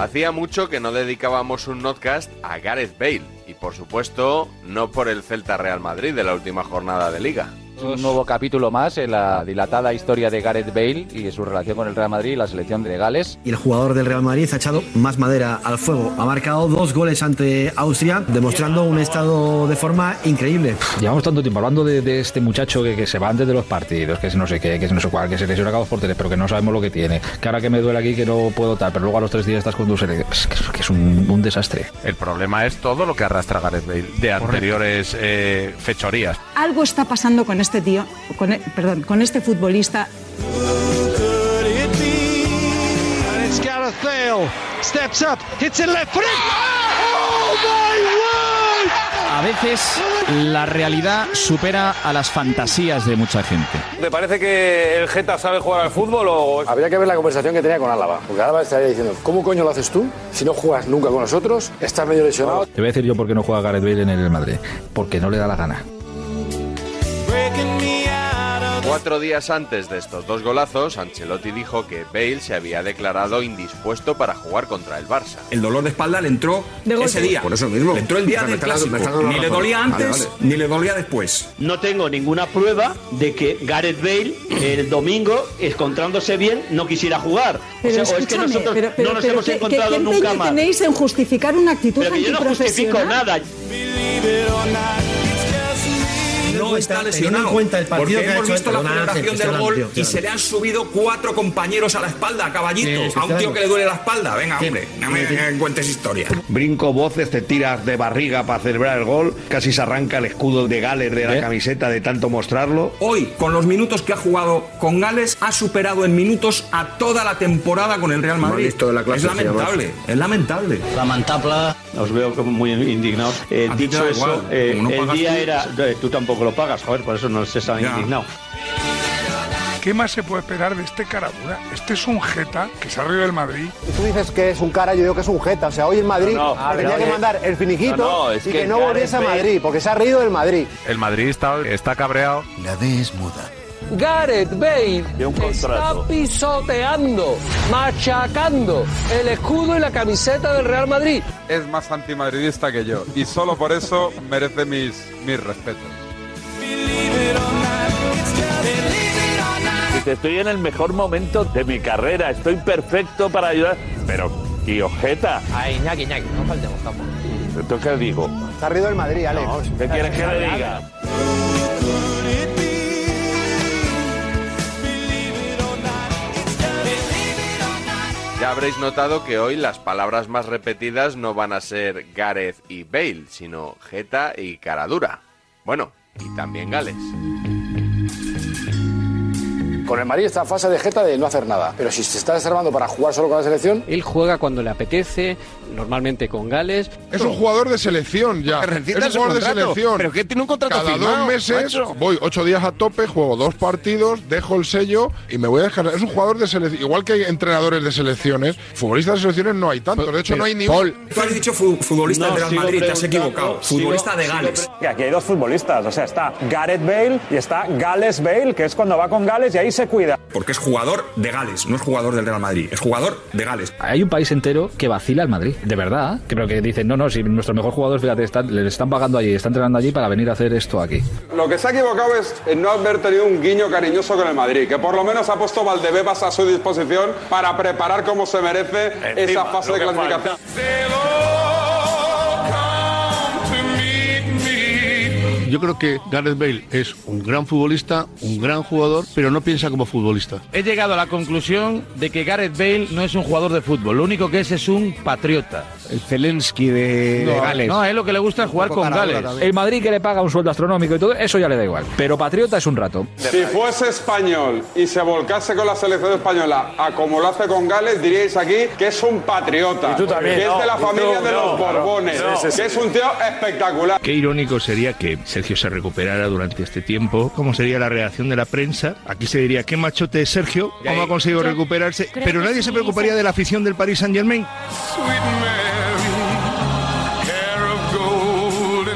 [SPEAKER 2] Hacía mucho que no dedicábamos un podcast a Gareth Bale y por supuesto no por el Celta Real Madrid de la última jornada de liga.
[SPEAKER 29] Un nuevo capítulo más en la dilatada historia de Gareth Bale y de su relación con el Real Madrid y la selección de Gales.
[SPEAKER 30] Y el jugador del Real Madrid ha echado más madera al fuego. Ha marcado dos goles ante Austria, demostrando un estado de forma increíble.
[SPEAKER 9] Llevamos tanto tiempo hablando de, de este muchacho que, que se va antes de los partidos, que es no sé qué, que es no sé cuál, que se lesiona cada dos por tres, pero que no sabemos lo que tiene. Que ahora que me duele aquí que no puedo tal, pero luego a los tres días estás con tu selección. Es que es, que es un, un desastre.
[SPEAKER 2] El problema es todo lo que arrastra Gareth Bale de anteriores eh, fechorías.
[SPEAKER 31] Algo está pasando con este tío, con, e- perdón, con este futbolista.
[SPEAKER 32] And it's Gareth Bale. Steps up, hits it left foot. Oh my word!
[SPEAKER 33] A veces la realidad supera a las fantasías de mucha gente.
[SPEAKER 34] ¿Te parece que el Geta sabe jugar al fútbol o...?
[SPEAKER 35] Habría que ver la conversación que tenía con Álava, porque Álava estaría diciendo, ¿cómo coño lo haces tú? Si no juegas nunca con nosotros, estás medio lesionado.
[SPEAKER 9] Te voy a decir yo por qué no juega Gareth Bale en el Madrid. Porque no le da la gana.
[SPEAKER 2] Cuatro días antes de estos dos golazos, Ancelotti dijo que Bale se había declarado indispuesto para jugar contra el Barça.
[SPEAKER 8] El dolor de espalda le entró
[SPEAKER 2] De golpe.
[SPEAKER 8] ese día.
[SPEAKER 2] Por eso mismo.
[SPEAKER 8] Le entró el día
[SPEAKER 2] Me
[SPEAKER 8] del
[SPEAKER 2] está dando-
[SPEAKER 8] clásico.
[SPEAKER 2] me está dando la
[SPEAKER 8] Ni le
[SPEAKER 2] razón.
[SPEAKER 8] dolía
[SPEAKER 2] Vale,
[SPEAKER 8] antes,
[SPEAKER 2] vale.
[SPEAKER 8] ni le dolía después.
[SPEAKER 36] No tengo ninguna prueba de que Gareth Bale el domingo, encontrándose bien, no quisiera jugar.
[SPEAKER 31] Pero
[SPEAKER 36] o sea, o es que
[SPEAKER 31] escúchame,
[SPEAKER 36] nosotros
[SPEAKER 31] pero- pero-
[SPEAKER 36] no nos
[SPEAKER 31] pero
[SPEAKER 36] hemos
[SPEAKER 31] ¿qué- qué-
[SPEAKER 36] encontrado
[SPEAKER 31] qué empeño
[SPEAKER 36] nunca más.
[SPEAKER 31] tenéis en justificar una actitud
[SPEAKER 36] Pero que yo no
[SPEAKER 31] antiprofesional?
[SPEAKER 36] justifico nada.
[SPEAKER 8] No está lesionado.
[SPEAKER 30] en cuenta el
[SPEAKER 8] porque
[SPEAKER 30] partido que ha
[SPEAKER 8] hemos
[SPEAKER 30] hecho
[SPEAKER 8] visto la
[SPEAKER 30] Barcelona,
[SPEAKER 8] celebración
[SPEAKER 30] Ángel,
[SPEAKER 8] del
[SPEAKER 30] perdona,
[SPEAKER 8] gol
[SPEAKER 30] tío,
[SPEAKER 8] y
[SPEAKER 30] tío.
[SPEAKER 8] se le han subido cuatro compañeros a la espalda, caballito.
[SPEAKER 30] Sí,
[SPEAKER 8] a un tío
[SPEAKER 30] claro.
[SPEAKER 8] que le duele la espalda. Venga,
[SPEAKER 30] Sí,
[SPEAKER 8] hombre, no
[SPEAKER 30] sí,
[SPEAKER 8] me
[SPEAKER 30] sí.
[SPEAKER 8] me cuentes historia.
[SPEAKER 36] Brinco voces, te tiras de barriga para celebrar el gol, casi se arranca el escudo de Gales de la camiseta de tanto mostrarlo.
[SPEAKER 8] Hoy, con los minutos que ha jugado con Gales, ha superado en minutos a toda la temporada con el Real Madrid.
[SPEAKER 36] listo de la clase,
[SPEAKER 8] es lamentable,
[SPEAKER 36] se
[SPEAKER 8] es lamentable.
[SPEAKER 36] Lamentable. Os veo como muy indignados. Eh,
[SPEAKER 8] A ti te
[SPEAKER 36] dicho
[SPEAKER 8] da
[SPEAKER 36] eso,
[SPEAKER 8] igual,
[SPEAKER 36] eh,
[SPEAKER 8] como no
[SPEAKER 36] el
[SPEAKER 8] pagas
[SPEAKER 36] día
[SPEAKER 8] tú.
[SPEAKER 36] era. eh, tú tampoco lo pagas, joder, por eso no se están
[SPEAKER 20] Ya.
[SPEAKER 36] indignados.
[SPEAKER 20] ¿Qué más se puede esperar de este caradura? Este es un jeta que se ha reído del Madrid.
[SPEAKER 35] Tú dices que es un cara, yo digo que es un jeta. O sea, hoy en Madrid
[SPEAKER 37] No, no,
[SPEAKER 35] le tenía
[SPEAKER 37] pero
[SPEAKER 35] que
[SPEAKER 36] eh.
[SPEAKER 37] oye,
[SPEAKER 35] mandar el finiquito
[SPEAKER 37] no, no, es
[SPEAKER 35] y
[SPEAKER 37] que
[SPEAKER 35] que no
[SPEAKER 37] Gareth
[SPEAKER 35] volviese a
[SPEAKER 37] Bale-
[SPEAKER 35] Madrid, porque se ha reído del Madrid.
[SPEAKER 37] El Madrid está, está cabreado. La D es muda.
[SPEAKER 12] Gareth Bale
[SPEAKER 37] contrato.
[SPEAKER 12] está pisoteando, machacando el escudo y la camiseta del Real Madrid.
[SPEAKER 15] Es más antimadridista que yo y solo por eso merece mis, mis respetos.
[SPEAKER 19] Estoy en el mejor momento de mi carrera, estoy perfecto para ayudar. Pero, tío, jeta.
[SPEAKER 36] Ay, Iñaki, Iñaki, no faltemos tampoco.
[SPEAKER 19] ¿Esto qué digo?
[SPEAKER 35] Se ha reído del Madrid, Alex.
[SPEAKER 19] ¿Qué quieres que le diga?
[SPEAKER 2] Ya habréis notado que hoy las palabras más repetidas no van a ser Gareth y Bale, sino Geta y Caradura. Bueno, y también Gales.
[SPEAKER 35] Con el Madrid está en fase de jeta de no hacer nada. Pero si se está desarmando para jugar solo con la selección...
[SPEAKER 8] Él juega cuando le apetece, normalmente con Gales.
[SPEAKER 15] Es un jugador de selección ya. Es
[SPEAKER 8] rescinda
[SPEAKER 15] un
[SPEAKER 8] su
[SPEAKER 15] jugador de
[SPEAKER 8] contrato.
[SPEAKER 15] selección.
[SPEAKER 8] Pero que tiene un contrato
[SPEAKER 15] Cada
[SPEAKER 8] firmado,
[SPEAKER 15] dos meses
[SPEAKER 8] macho.
[SPEAKER 15] voy ocho días a tope, juego dos partidos, dejo el sello y me voy a descansar. Es un jugador de selección. Igual que hay entrenadores de selecciones, futbolistas de selecciones no hay tantos. De hecho, no hay ni
[SPEAKER 8] Tú has dicho fu- futbolista
[SPEAKER 15] No,
[SPEAKER 8] del Real
[SPEAKER 15] sigo
[SPEAKER 8] Madrid, te has
[SPEAKER 15] preguntando,
[SPEAKER 8] equivocado.
[SPEAKER 15] sigo-
[SPEAKER 8] Futbolista de
[SPEAKER 15] sigo
[SPEAKER 8] Gales.
[SPEAKER 19] Y aquí hay dos futbolistas, o sea, está Gareth Bale y está Gales Bale, que es cuando va con Gales y ahí se cuida.
[SPEAKER 8] Porque es jugador de Gales, no es jugador del Real Madrid, es jugador de Gales.
[SPEAKER 9] Hay un país entero que vacila al Madrid, de verdad. Que, pero que dicen, no, no, si nuestro mejor jugador, fíjate, están, le están pagando allí, están entrenando allí para venir a hacer esto aquí.
[SPEAKER 1] Lo que se ha equivocado es en no haber tenido un guiño cariñoso con el Madrid, que por lo menos ha puesto Valdebebas a su disposición para preparar como se merece esa fase de clasificación.
[SPEAKER 38] Yo creo que Gareth Bale es un gran futbolista, un gran jugador, pero no piensa como futbolista.
[SPEAKER 8] He llegado a la conclusión de que Gareth Bale no es un jugador de fútbol, lo único que es es un patriota.
[SPEAKER 12] El Zelensky
[SPEAKER 9] Eh,
[SPEAKER 12] de,
[SPEAKER 8] es lo que le gusta
[SPEAKER 12] jugar con Gales.
[SPEAKER 9] El Madrid que le paga un sueldo astronómico y todo, eso ya le da igual. Pero patriota es un rato.
[SPEAKER 1] Si fuese español y se volcase con la selección española a como lo hace con Gales, diríais aquí que es un patriota,
[SPEAKER 19] Y tú también,
[SPEAKER 1] que
[SPEAKER 19] no,
[SPEAKER 1] es de la
[SPEAKER 19] y tú,
[SPEAKER 1] familia de
[SPEAKER 19] no, no,
[SPEAKER 1] los Borbones,
[SPEAKER 19] no. Sí, sí, sí.
[SPEAKER 1] que es un tío eh. espectacular.
[SPEAKER 19] Qué irónico sería que Sergio se recuperara durante este tiempo. ¿Cómo sería la reacción de la prensa? Aquí se diría, qué machote es Sergio, cómo ha conseguido
[SPEAKER 1] Yo
[SPEAKER 19] recuperarse.
[SPEAKER 1] creo
[SPEAKER 19] Pero
[SPEAKER 1] que
[SPEAKER 19] nadie
[SPEAKER 1] sí,
[SPEAKER 19] se preocuparía de la afición del Paris Saint-Germain.
[SPEAKER 1] Sweet Mary, care of gold.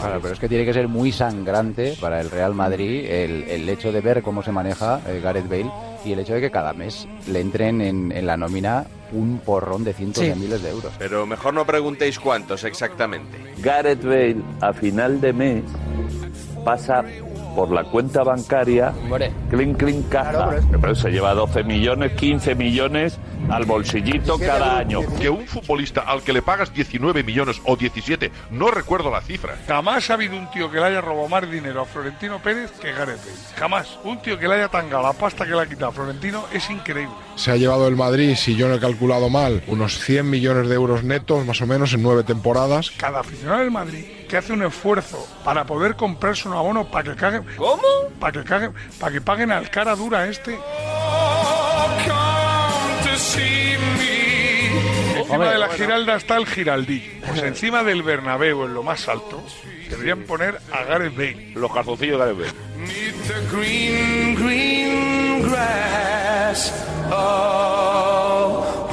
[SPEAKER 9] Claro, pero es que tiene que ser muy sangrante para el Real Madrid el, el hecho de ver cómo se maneja eh, Gareth Bale y el hecho de que cada mes le entren en, en la nómina un porrón de cientos
[SPEAKER 2] Sí.
[SPEAKER 9] de miles de euros.
[SPEAKER 2] Pero mejor no preguntéis cuántos exactamente.
[SPEAKER 16] Gareth Bale a final de mes pasa por la cuenta bancaria, clean clean caja, Pero se lleva 12 millones, 15 millones al bolsillito cada año.
[SPEAKER 15] Que un futbolista al que le pagas 19 millones o 17, no recuerdo la cifra.
[SPEAKER 20] Jamás ha habido un tío que le haya robado más dinero a Florentino Pérez que Gareth Bale. Jamás. Un tío que le haya tangado la pasta que le ha quitado a Florentino es increíble.
[SPEAKER 15] Se ha llevado el Madrid, si yo no he calculado mal, unos 100 millones de euros netos, más o menos, en nueve temporadas.
[SPEAKER 20] Cada aficionado del Madrid que hace un esfuerzo para poder comprarse un abono para que caguen. ¿Cómo? Para que caguen, para que paguen al cara dura este. Encima
[SPEAKER 32] Hombre,
[SPEAKER 20] de la
[SPEAKER 32] bueno.
[SPEAKER 20] Giralda está el Giraldillo. Pues encima del Bernabéu, en lo más alto, deberían poner a Gareth Bale. Los calzoncillos de Gareth Bale.
[SPEAKER 32] uh,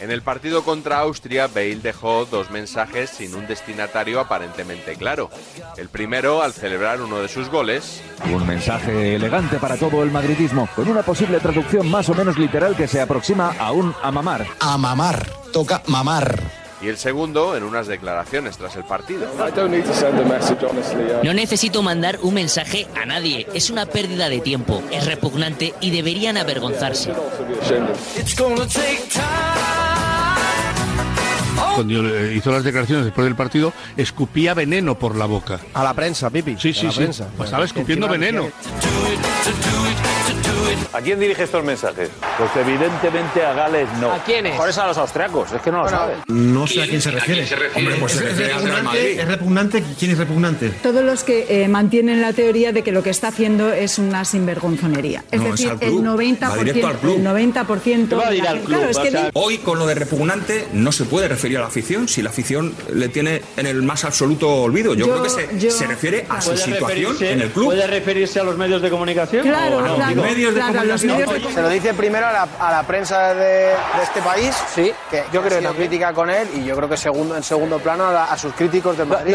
[SPEAKER 2] En el partido contra Austria, Bale dejó dos mensajes sin un destinatario aparentemente claro. El primero al celebrar uno de sus goles,
[SPEAKER 39] Un mensaje elegante para todo el madridismo, con una posible traducción más o menos literal que se aproxima a un amamar.
[SPEAKER 40] A mamar, toca mamar.
[SPEAKER 2] y el segundo en unas declaraciones tras el partido.
[SPEAKER 9] uh.
[SPEAKER 41] No necesito mandar un mensaje a nadie. Es una pérdida de tiempo. Es repugnante y deberían avergonzarse.
[SPEAKER 38] Cuando eh, hizo las declaraciones después del partido, escupía veneno por la boca.
[SPEAKER 3] A la prensa, Pipi.
[SPEAKER 38] Sí, sí,
[SPEAKER 3] a la
[SPEAKER 38] sí.
[SPEAKER 3] prensa.
[SPEAKER 38] Pues estaba escupiendo
[SPEAKER 3] Encima,
[SPEAKER 38] veneno.
[SPEAKER 16] ¿A quién dirige estos mensajes? Pues evidentemente a Gales no. ¿A quiénes? Por eso a los austriacos, es que no lo sabes.
[SPEAKER 42] No sé a quién se refiere.
[SPEAKER 16] Hombre, pues se
[SPEAKER 42] es,
[SPEAKER 16] refiere al Real
[SPEAKER 42] repugnante,
[SPEAKER 16] Madrid.
[SPEAKER 42] es repugnante. ¿Quién es repugnante?
[SPEAKER 31] Todos los que eh, mantienen la teoría de que lo que está haciendo es una sinvergonzonería. Es
[SPEAKER 42] No, es
[SPEAKER 31] decir,
[SPEAKER 42] al
[SPEAKER 31] el
[SPEAKER 42] club.
[SPEAKER 31] 90%.
[SPEAKER 43] Va directo al club.
[SPEAKER 31] El 90%.
[SPEAKER 43] Va a
[SPEAKER 31] de
[SPEAKER 43] ir
[SPEAKER 31] la
[SPEAKER 43] al club,
[SPEAKER 31] gente- claro, es
[SPEAKER 43] o
[SPEAKER 31] que
[SPEAKER 43] sea,
[SPEAKER 31] di-
[SPEAKER 43] Hoy con lo de repugnante no se puede referir a la afición si la afición le tiene en el más absoluto olvido. Yo,
[SPEAKER 31] Yo-
[SPEAKER 43] creo que se,
[SPEAKER 31] yo-
[SPEAKER 43] se refiere a su
[SPEAKER 3] ¿Puede
[SPEAKER 43] situación
[SPEAKER 3] referirse-
[SPEAKER 43] en el club.
[SPEAKER 3] ¿Puede referirse a los medios de comunicación?
[SPEAKER 43] Claro,
[SPEAKER 3] ¿O no?
[SPEAKER 43] claro,
[SPEAKER 3] Digo,
[SPEAKER 43] Medios de claro, a los comunicación. medios de
[SPEAKER 3] Se lo dice primero a la, a la prensa de, de este país, sí, que yo creo que la crítica con él, y yo creo que segundo, en segundo plano a, la- a sus críticos de Madrid.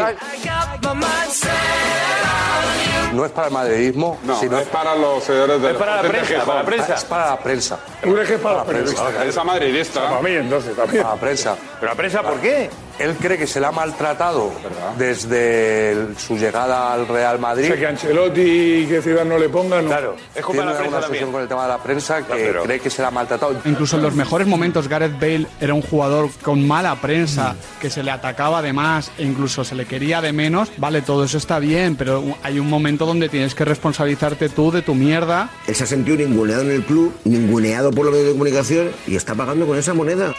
[SPEAKER 44] No es para el madridismo,
[SPEAKER 1] No,
[SPEAKER 44] sino
[SPEAKER 1] es para los seguidores de
[SPEAKER 44] Es para la
[SPEAKER 1] de
[SPEAKER 44] prensa,
[SPEAKER 1] Gijón.
[SPEAKER 44] para la prensa. Es para la prensa. Tú eres que es para la
[SPEAKER 1] prensa. La prensa madridista.
[SPEAKER 44] Para mí, entonces, también. Para la prensa.
[SPEAKER 16] ¿Pero la prensa por qué?
[SPEAKER 44] Él cree que se la ha maltratado desde el- su llegada al Real Madrid.
[SPEAKER 2] O sea, que Ancelotti y que Ciudad no le pongan.
[SPEAKER 44] Claro,
[SPEAKER 2] Es
[SPEAKER 44] Tiene
[SPEAKER 2] culpa de la
[SPEAKER 44] una
[SPEAKER 2] prensa
[SPEAKER 44] obsesión
[SPEAKER 2] también.
[SPEAKER 44] con el tema de la prensa que cree que se la ha maltratado.
[SPEAKER 3] Incluso en los mejores momentos Gareth Bale era un jugador con mala prensa, que se le atacaba de más e incluso se le quería de menos. Vale, todo eso está bien, pero hay un momento donde tienes que responsabilizarte tú de tu mierda.
[SPEAKER 44] Él se ha sentido ninguneado en el club, ninguneado por los medios de comunicación y está pagando con esa moneda.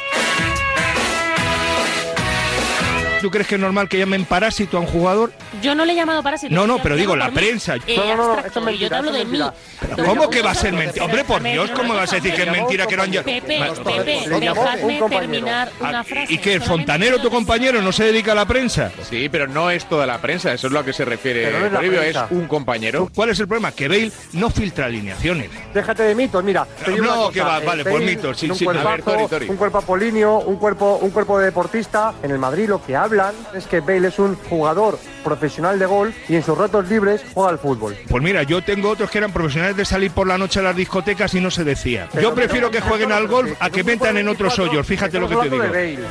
[SPEAKER 8] ¿Tú crees que es normal que llamen parásito a un jugador?
[SPEAKER 26] Yo no le he llamado parásito.
[SPEAKER 8] No, no,
[SPEAKER 26] yo
[SPEAKER 8] pero
[SPEAKER 26] te
[SPEAKER 8] digo,
[SPEAKER 26] hablo
[SPEAKER 8] la
[SPEAKER 26] por mí.
[SPEAKER 8] prensa.
[SPEAKER 26] Eh,
[SPEAKER 8] No, no, no,
[SPEAKER 26] abstracto,
[SPEAKER 8] esto es
[SPEAKER 26] yo
[SPEAKER 8] mentira,
[SPEAKER 26] te hablo
[SPEAKER 8] esto es
[SPEAKER 26] de mí.
[SPEAKER 8] mentira. Pero
[SPEAKER 26] Entonces,
[SPEAKER 8] ¿cómo
[SPEAKER 26] yo
[SPEAKER 8] que va a ser
[SPEAKER 26] hablo-
[SPEAKER 8] mentira? Hombre, por
[SPEAKER 26] Déjame,
[SPEAKER 8] Dios, ¿cómo
[SPEAKER 26] déjame,
[SPEAKER 8] vas a decir que es mentira que no han llamado?
[SPEAKER 26] Pepe, Pepe,
[SPEAKER 8] Lo llamó un
[SPEAKER 26] dejadme
[SPEAKER 8] compañero. Ah,
[SPEAKER 26] terminar una frase.
[SPEAKER 8] ¿Y que el fontanero, tu compañero, no se dedica a la prensa?
[SPEAKER 45] Sí, pero no es toda la prensa, eso es lo que se refiere.
[SPEAKER 8] Pero no es la
[SPEAKER 45] Toribio,
[SPEAKER 8] prensa.
[SPEAKER 45] es un compañero.
[SPEAKER 8] ¿Cuál es el problema? Que Bale no filtra alineaciones.
[SPEAKER 3] Déjate de mitos, mira. te digo
[SPEAKER 8] No,
[SPEAKER 3] una cosa,
[SPEAKER 8] que va,
[SPEAKER 3] eh,
[SPEAKER 8] vale, pues
[SPEAKER 3] Bale,
[SPEAKER 8] mitos, sí,
[SPEAKER 3] un
[SPEAKER 8] sí. A ver,
[SPEAKER 3] Cuerpazo,
[SPEAKER 8] Tori, Tori.
[SPEAKER 3] Un cuerpo apolinio, un cuerpo, un cuerpo de deportista. En el Madrid lo que hablan es que Bale es un jugador profesional de gol y en sus ratos libres juega al fútbol.
[SPEAKER 8] Pues mira, yo tengo otros que eran profesionales de salir por la noche a las discotecas y no se decía. Yo prefiero que jueguen al golf a que metan en otros hoyos, fíjate lo que te digo.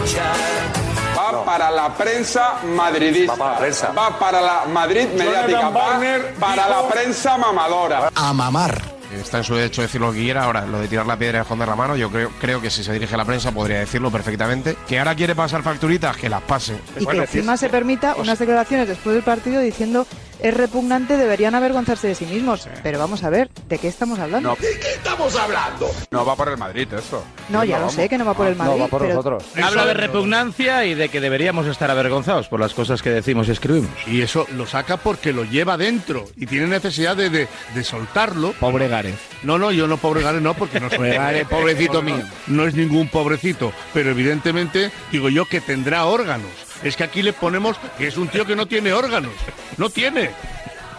[SPEAKER 1] Va para la prensa madridista. Va para la prensa. Va para la Madrid mediática. Va para la prensa mamadora.
[SPEAKER 40] A mamar.
[SPEAKER 26] Está en su derecho decir lo que quiera. Ahora, lo de tirar la piedra y esconder la mano, yo creo, creo que si se dirige a la prensa podría decirlo perfectamente. Que ahora quiere pasar facturitas, que las pase.
[SPEAKER 20] Pues
[SPEAKER 45] Y que encima se permita unas declaraciones después del partido diciendo es repugnante, deberían avergonzarse de sí mismos. Pero vamos a ver, ¿de qué estamos hablando?
[SPEAKER 1] qué estamos hablando? No va por el Madrid, eso. Ah,
[SPEAKER 45] No, ya lo sé que no va por el Madrid, pero
[SPEAKER 3] Habla de repugnancia y de que deberíamos estar avergonzados por las cosas que decimos y escribimos.
[SPEAKER 38] Y eso lo saca porque lo lleva dentro y tiene necesidad de, de- de soltarlo.
[SPEAKER 3] Pobre Gare.
[SPEAKER 38] No, no, yo no pobre Gare, no, porque no soy
[SPEAKER 3] Pobre Gare, pobrecito mío.
[SPEAKER 38] No es ningún pobrecito, pero evidentemente digo yo que tendrá órganos. Es que aquí le ponemos que es un tío que no tiene órganos. No tiene.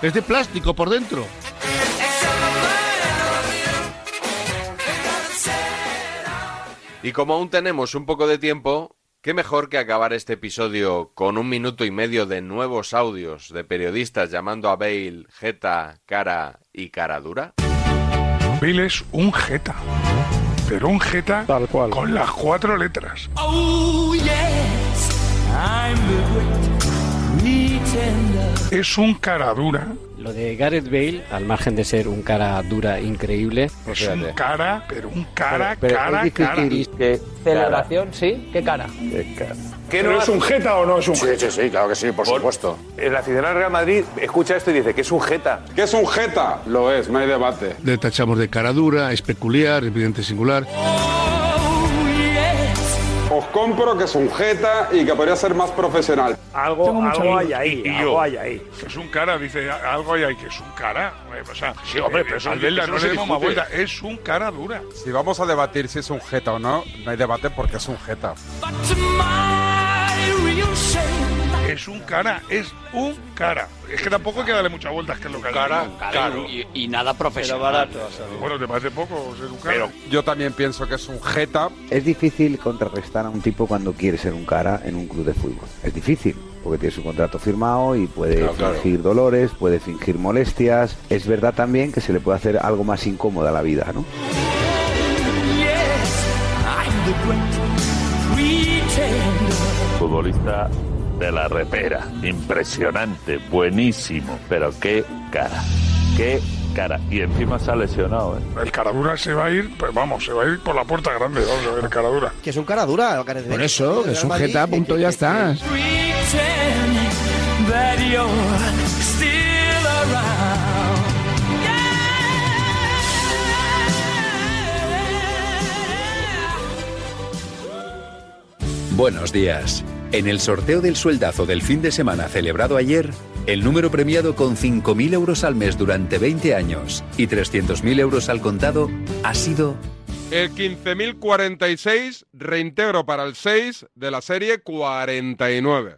[SPEAKER 38] Es de plástico por dentro.
[SPEAKER 2] Y como aún tenemos un poco de tiempo, qué mejor que acabar este episodio con un minuto y medio de nuevos audios de periodistas llamando a Bale, Jeta, Cara y Cara Dura.
[SPEAKER 20] Bill es un jeta. Pero un jeta con las cuatro letras.
[SPEAKER 32] Oh, yes, I'm the great pretender.
[SPEAKER 20] Es un cara dura.
[SPEAKER 9] Lo de Gareth Bale, al margen de ser un cara dura increíble,
[SPEAKER 20] Es un cara, pero un cara,
[SPEAKER 9] Pero- pero
[SPEAKER 20] cara,
[SPEAKER 9] es
[SPEAKER 20] cara.
[SPEAKER 9] difícil.
[SPEAKER 46] Celebración, sí. ¿Qué cara?
[SPEAKER 20] ¿Pero es un jeta o no es un
[SPEAKER 38] jeta? Sí, sí, sí, claro que sí, por supuesto.
[SPEAKER 47] El aficionado al Real Madrid escucha esto y dice que es un jeta. ¿Qué es un jeta? Lo es, no hay debate.
[SPEAKER 38] Le tachamos de cara dura, es peculiar, evidente singular.
[SPEAKER 47] Os compro que es un jeta y que podría ser más profesional.
[SPEAKER 20] Algo,
[SPEAKER 47] mucho
[SPEAKER 20] algo hay
[SPEAKER 47] miedo.
[SPEAKER 20] ahí,
[SPEAKER 47] Y yo.
[SPEAKER 20] algo hay ahí. Es un cara, dice, algo hay ahí, que es un cara. O sea, eh,
[SPEAKER 38] Sí, hombre, pero eso-
[SPEAKER 20] al verla
[SPEAKER 38] eso
[SPEAKER 20] no
[SPEAKER 38] se
[SPEAKER 20] le demos más
[SPEAKER 38] discute.
[SPEAKER 20] vuelta, es un cara dura.
[SPEAKER 1] Si vamos a debatir si es un jeta o no, no hay debate porque es un jeta.
[SPEAKER 20] Es un cara, es un cara. Es que tampoco hay que darle muchas vueltas, que es lo que
[SPEAKER 1] Cara,
[SPEAKER 20] claro.
[SPEAKER 1] y-
[SPEAKER 20] y nada
[SPEAKER 1] profesional. Pero barato, o sea.
[SPEAKER 20] Bueno, te parece poco ser un cara.
[SPEAKER 1] Yo también pienso que es un jeta.
[SPEAKER 48] Es difícil contrarrestar a un tipo cuando quiere ser un cara en un club de fútbol. Es difícil, porque tiene su contrato firmado y puede
[SPEAKER 20] Claro, claro.
[SPEAKER 48] fingir dolores, puede fingir molestias. Es verdad también que se le puede hacer algo más incómoda a la vida, ¿no?
[SPEAKER 32] Yes, I'm the great pretender.
[SPEAKER 49] Futbolista de la repera. Impresionante, buenísimo. Pero qué cara. Qué cara. Y encima se ha lesionado, ¿eh?
[SPEAKER 20] El caradura se va a ir, pues vamos, se va a ir por la puerta grande, vamos a ver, el caradura.
[SPEAKER 50] Que es un cara dura,
[SPEAKER 20] Por eso, que es un jeta, punto, ya está.
[SPEAKER 32] Pretend that you're still around.
[SPEAKER 8] Buenos días. En el sorteo del sueldazo del fin de semana celebrado ayer, el número premiado con 5.000 euros al mes durante 20 años y 300.000 euros al contado ha sido
[SPEAKER 1] El 15.046, reintegro para el 6 de la serie 49.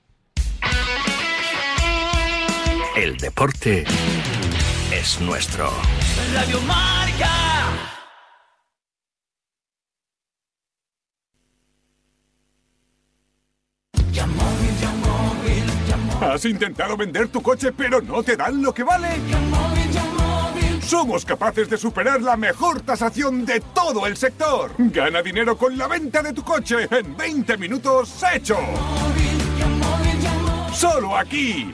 [SPEAKER 51] El deporte es nuestro.
[SPEAKER 32] Radio Marca.
[SPEAKER 14] ¿Has intentado vender tu coche pero no te dan lo que vale? Somos capaces de superar la mejor tasación de todo el sector. Gana dinero con la venta de tu coche en 20 minutos hecho. Solo aquí,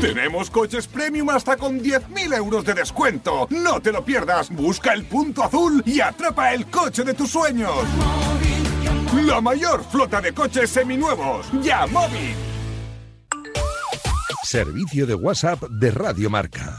[SPEAKER 14] Tenemos coches premium hasta con 10.000 euros de descuento. No te lo pierdas. Busca el punto azul y atrapa el coche de tus sueños. La mayor flota de coches seminuevos. Ya móvil.
[SPEAKER 19] Servicio de WhatsApp de Radio Marca.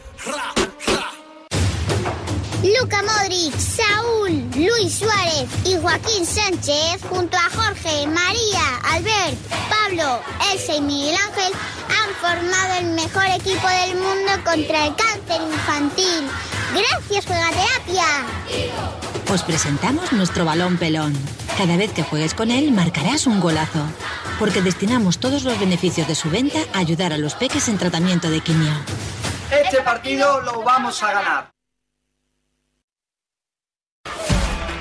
[SPEAKER 52] Luca Modric, Saúl, Luis Suárez y Joaquín Sánchez, junto a Jorge, María, Albert, Pablo, Elsa y Miguel Ángel, han formado el mejor equipo del mundo contra el cáncer infantil. Gracias, Juega Terapia.
[SPEAKER 5] Os presentamos nuestro balón pelón. Cada vez que juegues con él marcarás un golazo. Porque destinamos todos los beneficios de su venta a ayudar a los peques en tratamiento de quimio.
[SPEAKER 53] Este partido lo vamos a ganar.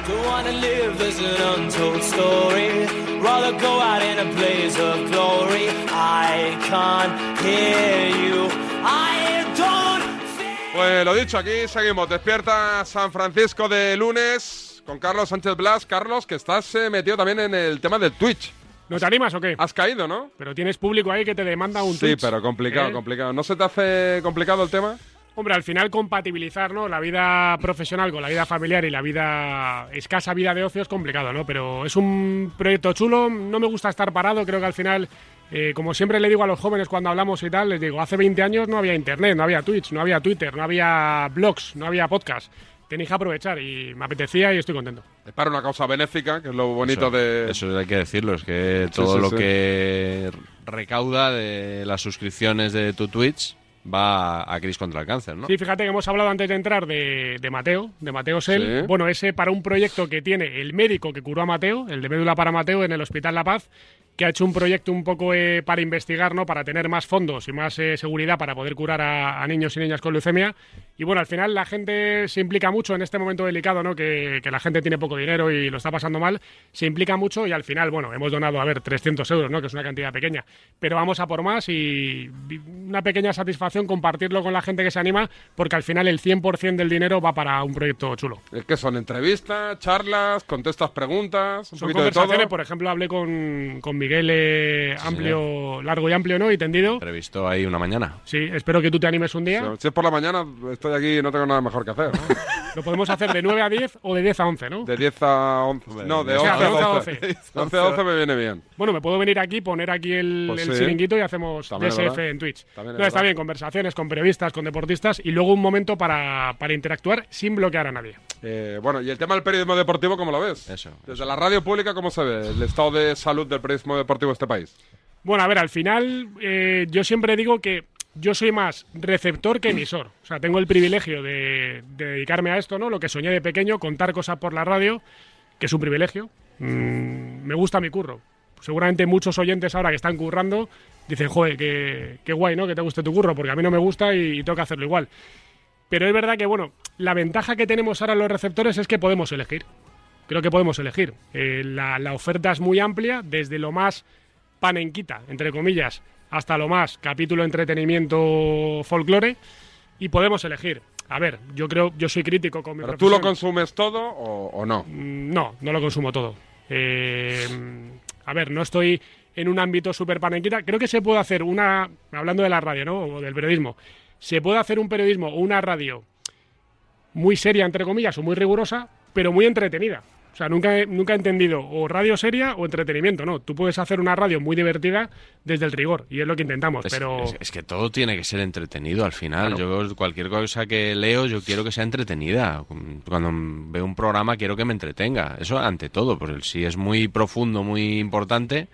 [SPEAKER 32] Don't wanna live as an untold story. Rather go out in a blaze of glory. I can't hear you. I don't.
[SPEAKER 1] Pues lo dicho, aquí seguimos. Despierta San Francisco de lunes con Carlos Sánchez Blas. Carlos, que estás eh, metido también en el tema del Twitch.
[SPEAKER 3] ¿No te animas o qué?
[SPEAKER 1] Has caído, ¿no?
[SPEAKER 3] Pero tienes público ahí que te demanda un
[SPEAKER 1] sí,
[SPEAKER 3] Twitch.
[SPEAKER 1] pero complicado,
[SPEAKER 3] ¿Eh?
[SPEAKER 1] complicado. ¿No se te hace complicado el tema?
[SPEAKER 3] Hombre, al final compatibilizar ¿no? la vida profesional con la vida familiar y la vida escasa vida de ocio es complicado, ¿no? Pero es un proyecto chulo, no me gusta estar parado, creo que al final, eh, como siempre le digo a los jóvenes cuando hablamos y tal, les digo, hace 20 años no había internet, no había Twitch, no había Twitter, no había blogs, no había podcast. Tenéis que aprovechar y me apetecía y estoy contento.
[SPEAKER 1] Es para una causa benéfica, que es lo bonito
[SPEAKER 2] eso,
[SPEAKER 1] de...
[SPEAKER 2] Eso hay que decirlo, es que
[SPEAKER 1] Sí,
[SPEAKER 2] todo
[SPEAKER 1] sí,
[SPEAKER 2] lo
[SPEAKER 1] sí.
[SPEAKER 2] que recauda de las suscripciones de tu Twitch va a Cris contra el cáncer, ¿no?
[SPEAKER 3] Sí, fíjate que hemos hablado antes de entrar de, de Mateo, de Mateo Sel.
[SPEAKER 2] Sí.
[SPEAKER 3] Bueno, ese para un proyecto que tiene el médico que curó a Mateo, el de médula para Mateo en el Hospital La Paz, que ha hecho un proyecto un poco eh, para investigar, ¿no? Para tener más fondos y más eh, seguridad para poder curar a, a niños y niñas con leucemia. Y bueno, al final la gente se implica mucho en este momento delicado, ¿no? Que, que la gente tiene poco dinero y lo está pasando mal. Se implica mucho y al final, bueno, hemos donado, a ver, 300 euros, ¿no? Que es una cantidad pequeña. Pero vamos a por más y vi- una pequeña satisfacción compartirlo con la gente que se anima, porque al final el 100% del dinero va para un proyecto chulo.
[SPEAKER 1] Es que son entrevistas, charlas, contestas preguntas, un
[SPEAKER 3] Son
[SPEAKER 1] poquito de todo.
[SPEAKER 3] conversaciones, por ejemplo, hablé con, con Miguel eh, amplio, largo y amplio, ¿no? Y tendido.
[SPEAKER 2] Previsto ahí una mañana.
[SPEAKER 3] Sí, espero que tú te animes un día.
[SPEAKER 1] O sea, Si es por la mañana, estoy aquí y no tengo nada mejor que hacer.
[SPEAKER 3] Lo podemos hacer de 9 a 10 o de 10 a 11, ¿no?
[SPEAKER 1] De 10 a 11. No, de
[SPEAKER 3] O
[SPEAKER 1] 11
[SPEAKER 3] sea,
[SPEAKER 1] a
[SPEAKER 3] 11 a
[SPEAKER 1] 12. 11 a 12 me viene bien.
[SPEAKER 3] Bueno, me puedo venir aquí, poner aquí el,
[SPEAKER 1] Pues
[SPEAKER 3] el
[SPEAKER 1] sí.
[SPEAKER 3] chiringuito y hacemos
[SPEAKER 1] También es
[SPEAKER 3] DSF
[SPEAKER 1] verdad.
[SPEAKER 3] en Twitch.
[SPEAKER 1] También es
[SPEAKER 3] no, está
[SPEAKER 1] verdad.
[SPEAKER 3] bien, conversaciones con periodistas, con deportistas y luego un momento para, para interactuar sin bloquear a nadie.
[SPEAKER 1] Eh, bueno, y el tema del periodismo deportivo, ¿cómo lo ves? Eso. Desde la radio pública, ¿cómo se ve el estado de salud del periodismo deportivo de este país?
[SPEAKER 3] Bueno, a ver, al final eh, yo siempre digo que yo soy más receptor que emisor. O sea, tengo el privilegio de, de dedicarme a esto, ¿no? Lo que soñé de pequeño, contar cosas por la radio, que es un privilegio. Mm, me gusta mi curro. Seguramente muchos oyentes ahora que están currando dicen, joder, qué, qué guay, ¿no? Que te guste tu curro, porque a mí no me gusta y, y tengo que hacerlo igual. Pero es verdad que, bueno, la ventaja que tenemos ahora los receptores es que podemos elegir. Creo que podemos elegir. Eh, la, la oferta es muy amplia, desde lo más panenquita, entre comillas, hasta lo más capítulo entretenimiento folclore, y podemos elegir. A ver, yo creo, yo soy crítico con mi
[SPEAKER 1] ¿Pero tú lo
[SPEAKER 3] profesión.
[SPEAKER 1] consumes todo o, o no?
[SPEAKER 3] pues, Mm, No, no lo consumo todo. Eh, a ver, no estoy en un ámbito súper panenquita. Creo que se puede hacer una, hablando de la radio, ¿no? O del periodismo, se puede hacer un periodismo o una radio muy seria, entre comillas, o muy rigurosa, pero muy entretenida. O sea, nunca he, nunca he entendido o radio seria o entretenimiento, ¿no? Tú puedes hacer una radio muy divertida desde el rigor, y es lo que intentamos,
[SPEAKER 2] Es,
[SPEAKER 3] pues, pero...
[SPEAKER 2] Pues es- es que todo tiene que ser entretenido al final. Yo cualquier cosa que leo, yo quiero que sea entretenida. Cuando veo un programa quiero que me entretenga. Eso ante todo, porque si es muy profundo, muy importante,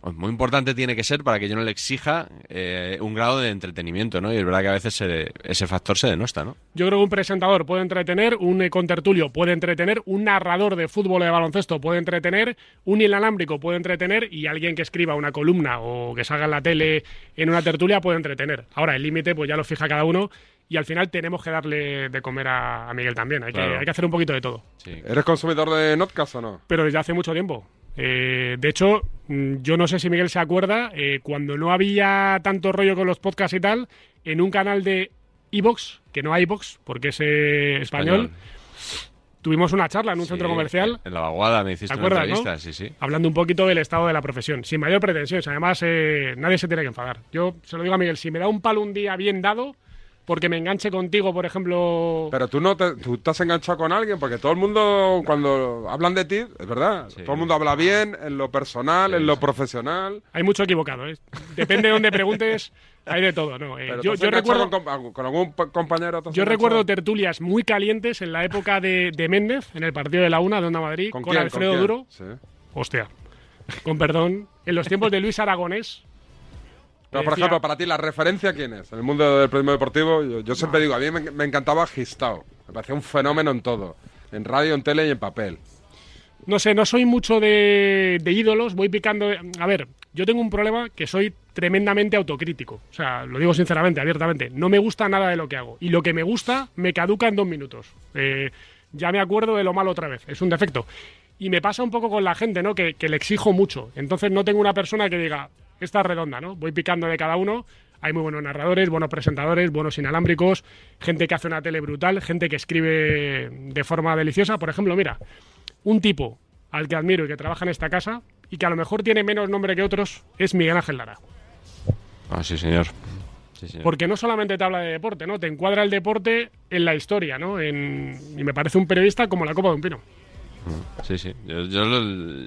[SPEAKER 2] pues muy importante tiene que ser para que yo no le exija eh, un grado de entretenimiento, ¿no? Y es verdad que a veces se- ese factor se denosta, ¿no?
[SPEAKER 3] Yo creo que un presentador puede entretener, un eh, contertulio puede entretener, un narrador de fútbol o de baloncesto puede entretener, un inalámbrico puede entretener y alguien que escriba una columna o que salga en la tele en una tertulia puede entretener. Ahora, el límite pues ya lo fija cada uno y al final tenemos que darle de comer a, a Miguel también. Hay, que,
[SPEAKER 1] Claro.
[SPEAKER 3] hay que hacer un poquito de todo.
[SPEAKER 1] ¿Eres consumidor de Notcast o no?
[SPEAKER 3] Pero desde hace mucho tiempo. Eh, de hecho, mm, yo no sé si Miguel se acuerda, eh, cuando no había tanto rollo con los podcasts y tal, en un canal de Evox, que no hay Evox, porque es eh, español, tuvimos una charla en un centro comercial
[SPEAKER 2] En la vaguada me hiciste
[SPEAKER 3] ¿Te acuerdas,
[SPEAKER 2] una entrevista,
[SPEAKER 3] no?
[SPEAKER 2] sí, sí.
[SPEAKER 3] hablando un poquito del estado de la profesión, sin mayor pretensión. Además, eh, nadie se tiene que enfadar. Yo se lo digo a Miguel, si me da un palo un día bien dado, porque me enganche contigo, por ejemplo...
[SPEAKER 1] Pero tú no te, tú te has enganchado con alguien, porque todo el mundo, cuando hablan de ti, es verdad, todo el mundo habla bien en lo personal, en lo profesional.
[SPEAKER 3] Hay mucho equivocado, ¿eh? Depende de dónde preguntes, hay de todo, ¿no? Eh,
[SPEAKER 1] Pero
[SPEAKER 3] yo,
[SPEAKER 1] ¿te has
[SPEAKER 3] yo
[SPEAKER 1] enganchado
[SPEAKER 3] recuerdo...
[SPEAKER 1] Con, con- con algún pa- compañero te has
[SPEAKER 3] Yo
[SPEAKER 1] enganchado?
[SPEAKER 3] recuerdo tertulias muy calientes en la época de, de Méndez, en el partido de la una de Onda Madrid, con,
[SPEAKER 1] quién?
[SPEAKER 3] Alfredo
[SPEAKER 1] quién?
[SPEAKER 3] Duro,
[SPEAKER 1] Sí.
[SPEAKER 3] Hostia. con perdón, en los tiempos de Luis Aragonés.
[SPEAKER 1] Pero, por
[SPEAKER 3] Decía-
[SPEAKER 1] ejemplo, para ti, ¿la referencia quién es? En el mundo del periodismo deportivo, yo, yo siempre digo, a mí me, me encantaba Gistao. Me parecía un fenómeno en todo. En radio, en tele y en papel.
[SPEAKER 3] No sé, no soy mucho de, de ídolos, voy picando... A ver, yo tengo un problema que soy tremendamente autocrítico. O sea, lo digo sinceramente, abiertamente. No me gusta nada de lo que hago. Y lo que me gusta me caduca en dos minutos. Eh, ya me acuerdo de lo malo otra vez. Es un defecto. Y me pasa un poco con la gente, ¿no? Que, que le exijo mucho. Entonces no tengo una persona que diga, esta es redonda, ¿no? Voy picando de cada uno. Hay muy buenos narradores, buenos presentadores, buenos inalámbricos, gente que hace una tele brutal, gente que escribe de forma deliciosa. Por ejemplo, mira, un tipo al que admiro y que trabaja en esta casa y que a lo mejor tiene menos nombre que otros es Miguel Ángel Lara.
[SPEAKER 2] Ah, sí, señor. Sí, señor.
[SPEAKER 3] Porque no solamente te habla de deporte, ¿no? Te encuadra el deporte en la historia, ¿no? En- y me parece un periodista como la copa de un pino.
[SPEAKER 2] Sí, sí. Yo, yo lo,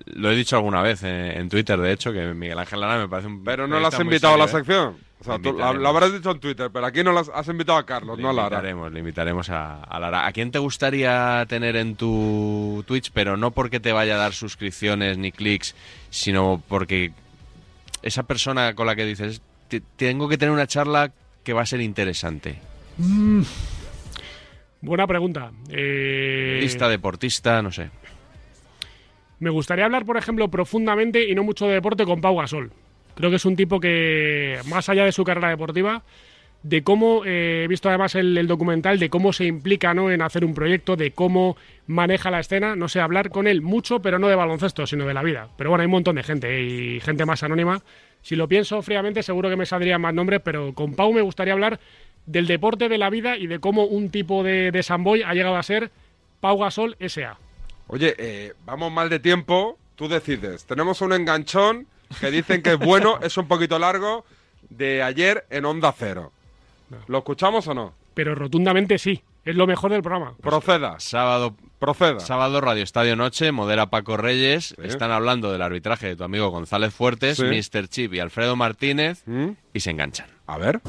[SPEAKER 2] lo he dicho alguna vez en, en Twitter, de hecho, que Miguel Ángel Lara me parece un.
[SPEAKER 1] Pero no lo
[SPEAKER 2] periodista
[SPEAKER 1] has
[SPEAKER 2] muy
[SPEAKER 1] invitado a la
[SPEAKER 2] serio, ¿eh?
[SPEAKER 1] sección. O sea,
[SPEAKER 2] Le
[SPEAKER 1] tú la-
[SPEAKER 2] invitaremos.
[SPEAKER 1] lo habrás dicho en Twitter, pero aquí no las has invitado a Carlos,
[SPEAKER 2] Le
[SPEAKER 1] no a Lara.
[SPEAKER 2] invitaremos, le invitaremos a, a Lara. ¿A quién te gustaría tener en tu Twitch? Pero no porque te vaya a dar suscripciones ni clics, sino porque esa persona con la que dices, "Te- tengo que tener una charla que va a ser interesante.
[SPEAKER 3] Buena pregunta. Eh,
[SPEAKER 2] Lista, deportista, no sé.
[SPEAKER 3] Me gustaría hablar, por ejemplo, profundamente y no mucho de deporte con Pau Gasol. Creo que es un tipo que, más allá de su carrera deportiva, de cómo, eh, he visto además el, el documental, de cómo se implica ¿no? en hacer un proyecto, de cómo maneja la escena, no sé, hablar con él mucho, pero no de baloncesto, sino de la vida. Pero bueno, hay un montón de gente ¿eh? y gente más anónima. Si lo pienso fríamente, seguro que me saldrían más nombres, pero con Pau me gustaría hablar del deporte, de la vida y de cómo un tipo de, de Samboy ha llegado a ser Pau Gasol S.A.
[SPEAKER 1] Oye, eh, vamos mal de tiempo, tú decides. Tenemos un enganchón que dicen que es bueno, es un poquito largo, de ayer en Onda Cero. ¿Lo escuchamos o no?
[SPEAKER 3] Pero rotundamente sí, es lo mejor del programa.
[SPEAKER 1] Proceda.
[SPEAKER 2] Sábado.
[SPEAKER 1] Proceda.
[SPEAKER 2] Sábado Radio Estadio Noche, modera Paco Reyes. Están hablando del arbitraje de tu amigo González Fuertes,
[SPEAKER 8] Sí. ¿Mm?
[SPEAKER 2] Mr. Chip y Alfredo Martínez y se enganchan.
[SPEAKER 1] A ver.